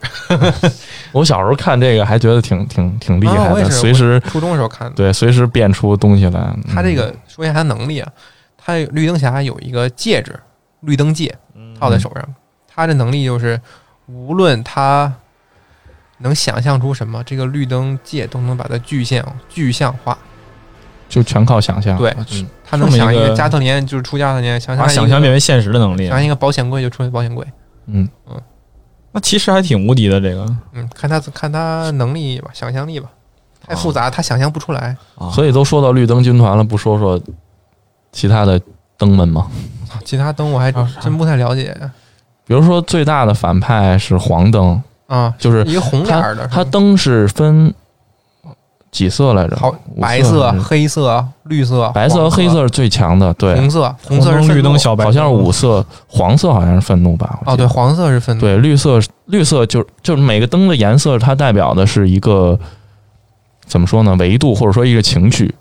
S4: 我小时候看这个还觉得挺挺挺厉害
S2: 啊我也
S4: 的，
S2: 是
S4: 随时
S2: 初中的时候看的，
S4: 对随时变出东西来。嗯
S2: 他这个说一下他能力啊，他绿灯侠有一个戒指，绿灯戒
S1: 嗯
S2: 套在手上，他的能力就是无论他。能想象出什么？这个绿灯戒都能把它具象具象化。
S4: 就全靠想象，
S2: 对
S4: 嗯
S2: 他能
S1: 啊这么一
S2: 想一个
S1: 个
S2: 加特林，就是出加特林，想象
S1: 把
S2: 一个
S1: 想象变为现实的能力
S2: 想，象一个保险柜就出保险柜。
S4: 嗯，
S1: 那其实还挺无敌的。这个
S2: 嗯，看他看他能力吧，想象力吧，太复杂，他想象不出来。
S1: 啊，
S4: 所以都说到绿灯军团了，不说说其他的灯们吗？
S2: 其他灯我还
S1: 啊是
S2: 真不太了解
S4: 比如说最大的反派是黄灯，
S2: 啊，
S4: 就是
S2: 一个红脸儿的，
S4: 它
S2: 是吧
S4: 灯是分几色来着？
S2: 好
S4: 五
S2: 白
S4: 色
S2: 色、
S4: 还是、
S2: 黑色、绿色、
S4: 白色、
S2: 黄
S4: 黑色是最强的，对，
S2: 红色，
S1: 红
S2: 红色是
S1: 灯、
S2: 愤
S1: 绿
S2: 怒
S1: 灯、小白，
S4: 好像是五色，黄色好像是愤怒吧？我
S2: 哦，
S4: 记
S2: 对，
S4: 得
S2: 黄色是愤怒，
S4: 对，绿色绿色就就是每个灯的颜色，它代表的是一个怎么说呢？维度或者说一个情绪。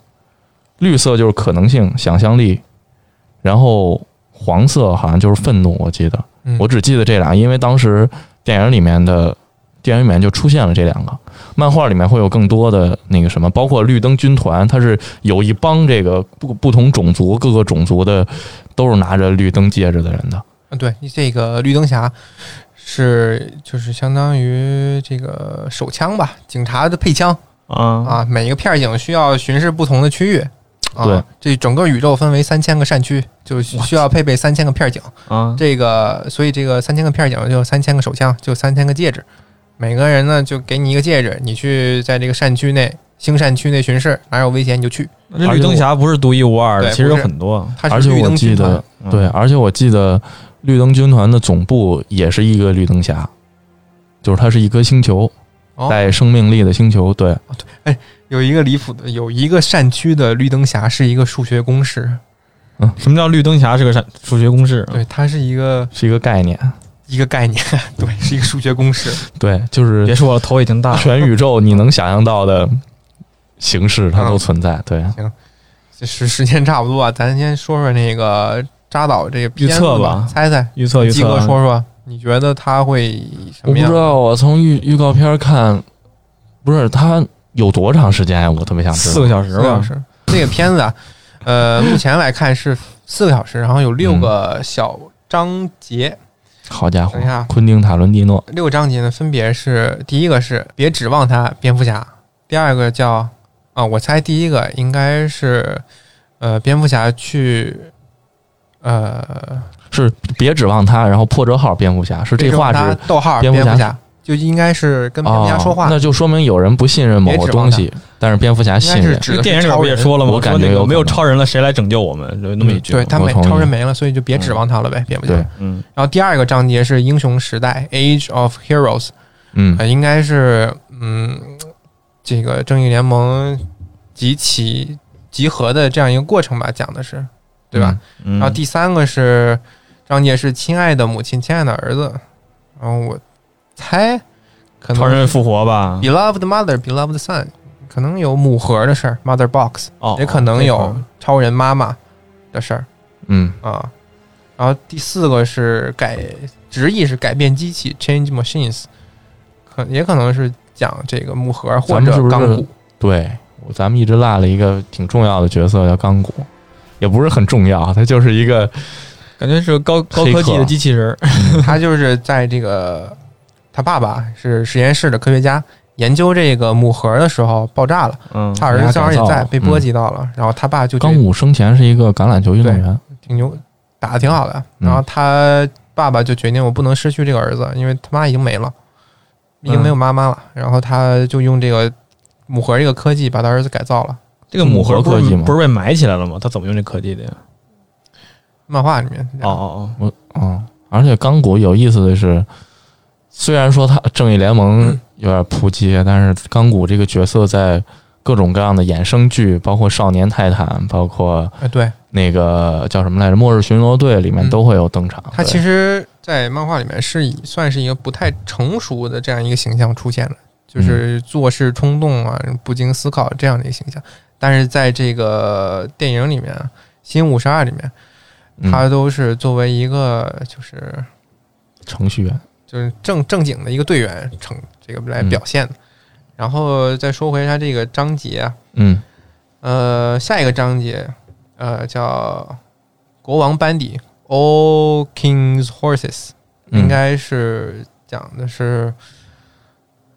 S4: 绿色就是可能性、想象力，然后黄色好像就是愤怒，我记得。
S2: 嗯，
S4: 我只记得这俩，因为当时电影里面的电影里面就出现了这两个，漫画里面会有更多的那个什么，包括绿灯军团，它是有一帮这个不不同种族各个种族的都是拿着绿灯戒指的人的，
S2: 啊对，这个绿灯侠是就是相当于这个手枪吧，警察的配枪
S1: 啊
S2: 啊，每一个片警需要巡视不同的区域。啊
S4: 对，
S2: 这整个宇宙分为三千个扇区，就需要配备三千个片警。
S1: 啊，
S2: 这个，所以这个三千个片儿警就三千个手枪，就三千个戒指。每个人呢，就给你一个戒指，你去在这个扇区内、星扇区内巡视，哪有危险你就去。
S1: 那这绿灯侠不是独一无二的，
S2: 对
S1: 其实有
S2: 不是
S1: 很多。
S2: 它
S4: 而
S2: 是
S4: 且
S2: 绿
S4: 我
S2: 灯
S4: 记
S2: 军
S4: 得
S2: 团，
S1: 嗯
S4: 对，，而且我记得绿灯军团的总部也是一个绿灯侠，就是它是一颗星球
S2: 哦。
S4: 带生命力的星球，对，
S2: 有一个离谱的，有一个扇区的绿灯侠是一个数学公式，
S1: 什么叫绿灯侠是个啥数学公式？
S2: 对，它是一个
S4: 是一个概念，
S2: 一个概念， 对，是一个数学公式。
S4: 对，就是
S1: 别说了，头已经大了。
S4: 全宇宙你能想象到的形式，
S2: 嗯
S4: 它都存在。对，
S2: 这时时间差不多啊，咱先说说那个扎导这个片子
S1: 预测吧
S2: 猜猜，
S1: 预测预
S2: 鸡
S1: 测
S2: 哥
S1: 啊，
S2: 说说，你觉得他会什
S4: 我不
S2: 么样
S4: 知？道，我从预预告片看，不是它有多长时间呀？我特别想知
S1: 四个。小
S4: 道
S1: 时
S2: 四个小
S1: 吧，
S2: 时。这个片子啊， 呃，目前来看是四个小时，然后有六
S1: 嗯
S2: 个小章节，
S4: 好
S1: 哦
S4: 家伙
S2: 等一下，啊
S4: 昆汀塔伦蒂诺
S2: 六个章节呢分别是：第一个是别指望他蝙蝠侠，第二个叫啊，我猜第一个应该是呃蝙蝠侠去呃
S4: 是别指望他，然后破折号蝙蝠侠是这话
S2: 指望
S4: 是
S2: 他逗号
S4: 蝙
S2: 蝙
S4: 蝠侠
S2: 蝠侠就应该是跟蝙蝠侠说
S4: 哦
S2: 话，
S4: 那就说明有人不信任某
S2: 别
S4: 个
S2: 指望
S4: 东西，但是蝙蝠侠
S2: 应
S4: 信
S2: 该是
S4: 任。
S2: 指
S1: 这
S2: 的
S1: 电影
S2: 是
S1: 里
S2: 超
S1: 不也
S2: 人。
S1: 说了吗？
S4: 我感
S1: 说
S4: 觉
S1: 那
S4: 有
S1: 个
S4: 可
S1: 没有
S4: 能
S1: 超人了，谁来拯救我们？就那么一句。
S2: 嗯对他没
S4: 我同意嗯
S2: 超人没了，所以就别指望他了呗，蝙蝠侠。
S4: 对，
S1: 嗯，
S2: 然后第二个章节是英雄时代 （Age of Heroes），
S4: 嗯，
S2: 呃，应该是嗯，这个正义联盟集齐集合的这样一个过程吧，讲的是，对吧？
S1: 嗯
S2: 然后第三个是章节是“亲爱的母亲，亲爱的儿子”，然后我猜可
S1: 超
S2: 能
S1: 人复活吧，
S2: “beloved mother, beloved son”，可能有母盒的事儿，mother box，
S1: 哦，
S2: 也可能
S1: 这块
S2: 有
S1: 儿
S2: 超人妈妈的事儿
S4: 嗯，
S2: 啊。然后第四个是改直译是改变机器 （change machines），可也可能是讲这个木盒或
S4: 咱们是
S2: 者
S4: 不是
S2: 钢骨。
S4: 对，我咱们一直落了一个挺重要的角色叫钢骨，也不是很重要，它就是一个
S1: 感觉是个高高
S4: 黑
S1: 科技
S4: 客
S1: 的机器人儿。
S2: 他就是在这个他爸爸是实验室的科学家，研究这个木盒的时候爆炸了，
S1: 嗯，
S2: 他儿子正好也
S4: 改造
S2: 在
S4: 了
S2: 被波及到了，然后他爸就觉
S4: 钢
S2: 得
S4: 骨生前是一个橄榄球运动
S2: 对
S4: 员。
S2: 挺牛，打的挺好的。
S4: 嗯
S2: 然后他爸爸就决定我不能失去这个儿子，因为他妈已经没了，已经没有妈妈了。然后他就用这个母盒这个科技把他儿子改造了。
S1: 这个母盒不
S4: 母盒科技
S1: 是
S4: 吗
S1: 不是被埋起来了吗？他怎么用这科技的呀？
S2: 漫画里面是这
S1: 哦
S2: 样，
S1: 哦
S4: 我嗯，而且钢骨有意思的是，虽然说他正义联
S2: 嗯
S4: 盟有点扑街，但是钢骨这个角色在各种各样的衍生剧，包括《少年泰坦》，包括
S2: 哎，对
S4: 那个叫什么来着，《末日巡逻队》里面
S2: 嗯
S4: 都会有登场。
S2: 他其实在漫画里面是以算是一个不太成熟的这样一个形象出现的，
S4: 嗯
S2: 就是做事冲动啊、不经思考这样的一个形象。但是在这个电影里面，《新五十二》里面，
S4: 嗯
S2: 他都是作为一个就是
S4: 程序员，
S2: 就是正正经的一个队员成这个来
S4: 嗯
S2: 表现的。然后再说回他这个章节啊，
S4: 嗯
S2: 呃，下一个章节，呃，叫国王班底 （All Kings Horses），
S4: 嗯
S2: 应该是讲的是，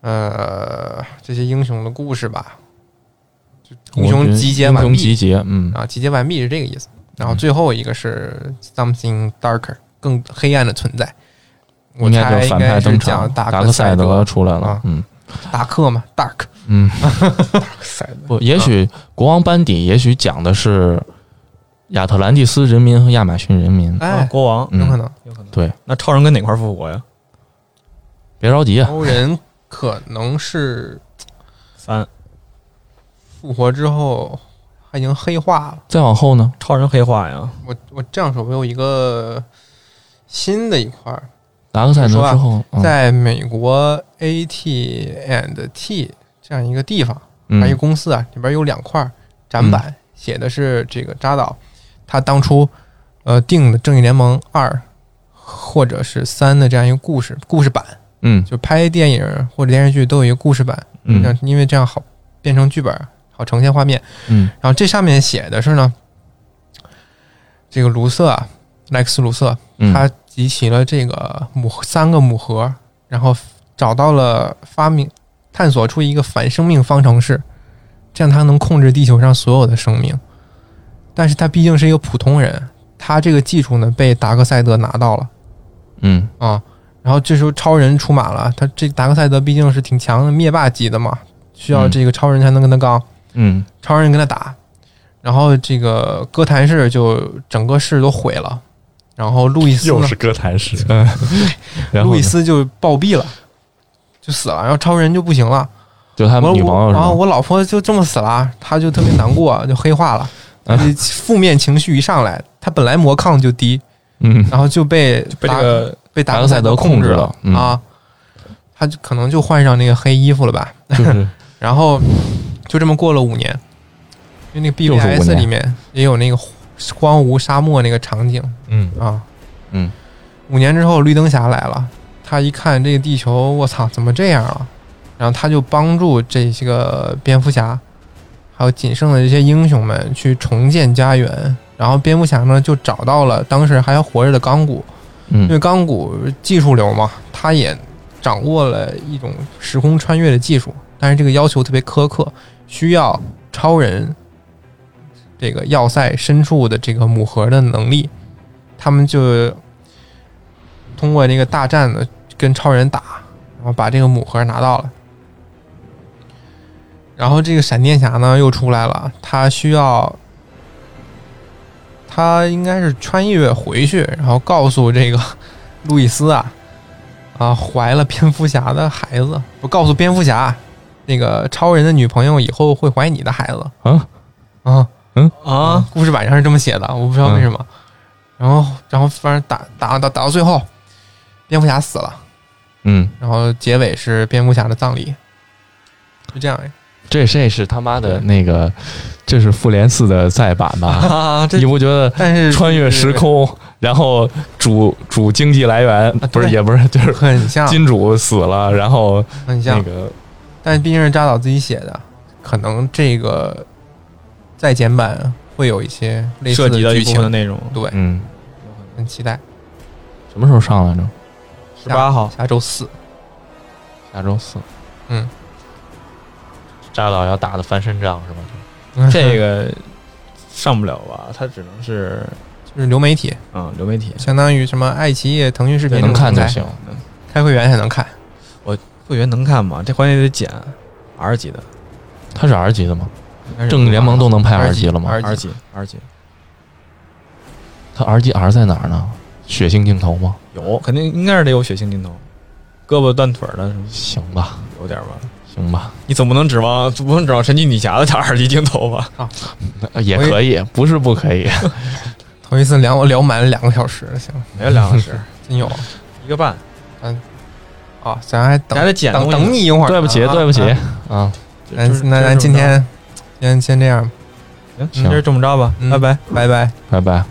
S2: 呃，这些英雄的故事吧。就英雄集结
S4: 英
S2: 完
S4: 雄集
S2: 毕
S4: 结，嗯
S2: 啊，集结完毕是这个意思。然后最后一个是 Something Darker，更黑暗的存在。我
S4: 应该
S2: 猜
S4: 就
S2: 应
S4: 反派
S2: 该是
S4: 登
S2: 讲
S4: 场，
S2: 达
S4: 达
S2: 克
S4: 赛
S2: 德
S4: 德、出来了
S2: 啊，
S4: 嗯
S2: 达克嘛，Dark
S4: 嗯，
S2: 赛德。
S4: 不，也许国王班底也许讲的是亚特兰蒂斯人民和亚马逊人民，
S1: 啊
S2: 哎，
S1: 国王
S2: 有可
S4: 嗯，
S2: 能
S1: 有可能。
S4: 对，
S1: 那超人跟哪块复活呀？
S4: 别着急啊，
S2: 超人可能是
S1: 三
S2: 复活之后，他已经黑化了。
S4: 再往后呢，
S1: 超人黑化呀，
S2: 我我这样说，我有一个新的一块儿，
S4: 达克赛德
S2: 啊
S4: 之后，嗯
S2: 在美国 AT and T 这样一个地方，还有一
S4: 嗯
S2: 个公司啊，里边有两块展板，写的是这个扎导他当初呃定的《正义联盟二》或者是三的这样一个故事故事版，
S4: 嗯
S2: 就拍电影或者电视剧都有一个故事版，
S4: 嗯
S2: 让因为这样好变成剧本，好呈现画面。
S4: 嗯
S2: 然后这上面写的是呢，这个卢瑟啊，莱克斯卢瑟，
S4: 嗯，
S2: 他集齐了这个母三个母核，然后找到了发明探索出一个反生命方程式，这样他能控制地球上所有的生命。但是他毕竟是一个普通人，他这个技术呢被达克赛德拿到了
S4: 嗯
S2: 啊。然后这时候超人出马了，他这达克赛德毕竟是挺强的灭霸级的嘛，需要
S4: 嗯
S2: 这个超人才能跟他刚。
S4: 嗯
S2: 超人跟他打，然后这个哥谭市就整个市都毁了，然后路易斯呢，
S4: 哥谭市，嗯 然后
S2: 路易
S4: 呢
S2: 斯就暴毙了，就死了，然后超人就不行了，
S4: 就他
S2: 我
S4: 女朋友
S2: 我
S4: 是
S2: 然后
S4: 吧？
S2: 我老婆就这么死了，他就特别难 过，就黑化了，他
S4: 啊
S2: 就负面情绪一上来，他本来魔抗就低，
S4: 嗯，
S2: 然后就被
S1: 被这
S2: 达
S1: 个
S2: 被达
S4: 达
S2: 克
S4: 克赛德
S2: 德
S4: 控
S2: 制
S4: 制了，嗯，
S2: 啊，他就可能就换上那个黑衣服了吧，
S4: 就是
S2: 然后就这么过了五年，因为那
S4: 又
S2: 个
S4: 是五
S2: BBS
S4: 年
S2: 里面也有那个荒芜沙漠那个场景
S4: 嗯
S2: 啊。
S4: 嗯，
S2: 五年之后，绿灯侠来了，他一看这个地球，我操，怎么这样了？然后他就帮助这些个蝙蝠侠，还有仅剩的这些英雄们去重建家园。然后蝙蝠侠呢，就找到了当时还活着的钢骨，因
S4: 嗯
S2: 为钢骨技术流嘛，他也掌握了一种时空穿越的技术，但是这个要求特别苛刻，需要超人这个要塞深处的这个母核的能力，他们就通过这个大战呢跟超人打，然后把这个母核拿到了。然后这个闪电侠呢又出来了，他需要他应该是穿越回去，然后告诉这个路易斯啊，啊怀了蝙蝠侠的孩子，不告诉蝙蝠侠，那个超人的女朋友以后会怀你的孩子
S4: 啊嗯
S2: 啊
S1: 啊，！
S2: 故事版上是这么写的，我不知道为什么。然后，然后反正打打打打到最后，蝙蝠侠死了，
S4: 嗯，
S2: 然后结尾是蝙蝠侠的葬礼，就这样。
S4: 这这是他妈的那个，这是复联四的再版吧？
S2: 啊，这
S4: 你不觉得
S2: 但是
S4: 穿越时空，然后主主经济来源
S2: 啊
S4: 不是
S2: 对
S4: 也不是就是
S2: 很像，
S4: 金主死了，然后
S2: 很像
S4: 那。个
S2: 但毕竟是扎导自己写的，可能这个再剪版会有一些类似
S1: 涉及到
S2: 剧
S1: 一部分的
S2: 情。
S1: 内容。
S2: 对，
S4: 嗯，
S2: 很期待。
S4: 什么时候上来着？
S1: 十八号
S2: 下周四，
S4: 下周四。
S2: 嗯，
S4: 扎导要打的翻身仗是吧？
S1: 这个上不了吧？它只能是
S2: 就是流媒体，
S1: 嗯流媒体
S2: 相当于什么爱奇艺、腾讯视频
S1: 对
S2: 这
S4: 能
S2: 种
S4: 看就
S2: 平台
S4: 行。
S2: 开会员才能看。
S1: 会员能看吗？这环节得剪 R 级的，
S4: 它是 R 级的吗？
S1: 应该是
S4: 正义联盟都能拍
S2: R 级
S4: 级了吗？
S2: R
S1: R 级 R 级
S4: 它 R 级 R 在哪儿呢？血腥镜头吗？
S1: 有，肯定应该是得有血腥镜头，胳膊断腿儿的什么
S4: 行吧，
S1: 有点吧？
S4: 行吧，
S1: 你总不能指望总不能指望神奇女侠的 R 级镜头吧？
S4: 呃也可以，不是不可以。
S2: 头一次聊聊满了两个小时，行，
S1: 没有两个小时，
S2: 真有
S1: 一个半，
S2: 啊，咱
S1: 咱还
S2: 还等
S1: 得剪
S2: 等
S1: 东西
S2: 等你一会儿，
S4: 对不起，
S2: 啊
S4: 对不起
S2: 啊
S4: 啊！
S2: 那
S1: 就是
S2: 那
S1: 就是
S2: 咱
S1: 这
S2: 今
S1: 么着
S2: 天先先这样，
S1: 行，那就这么着吧，
S2: 嗯
S1: 拜拜。
S2: 拜拜。
S4: 拜拜。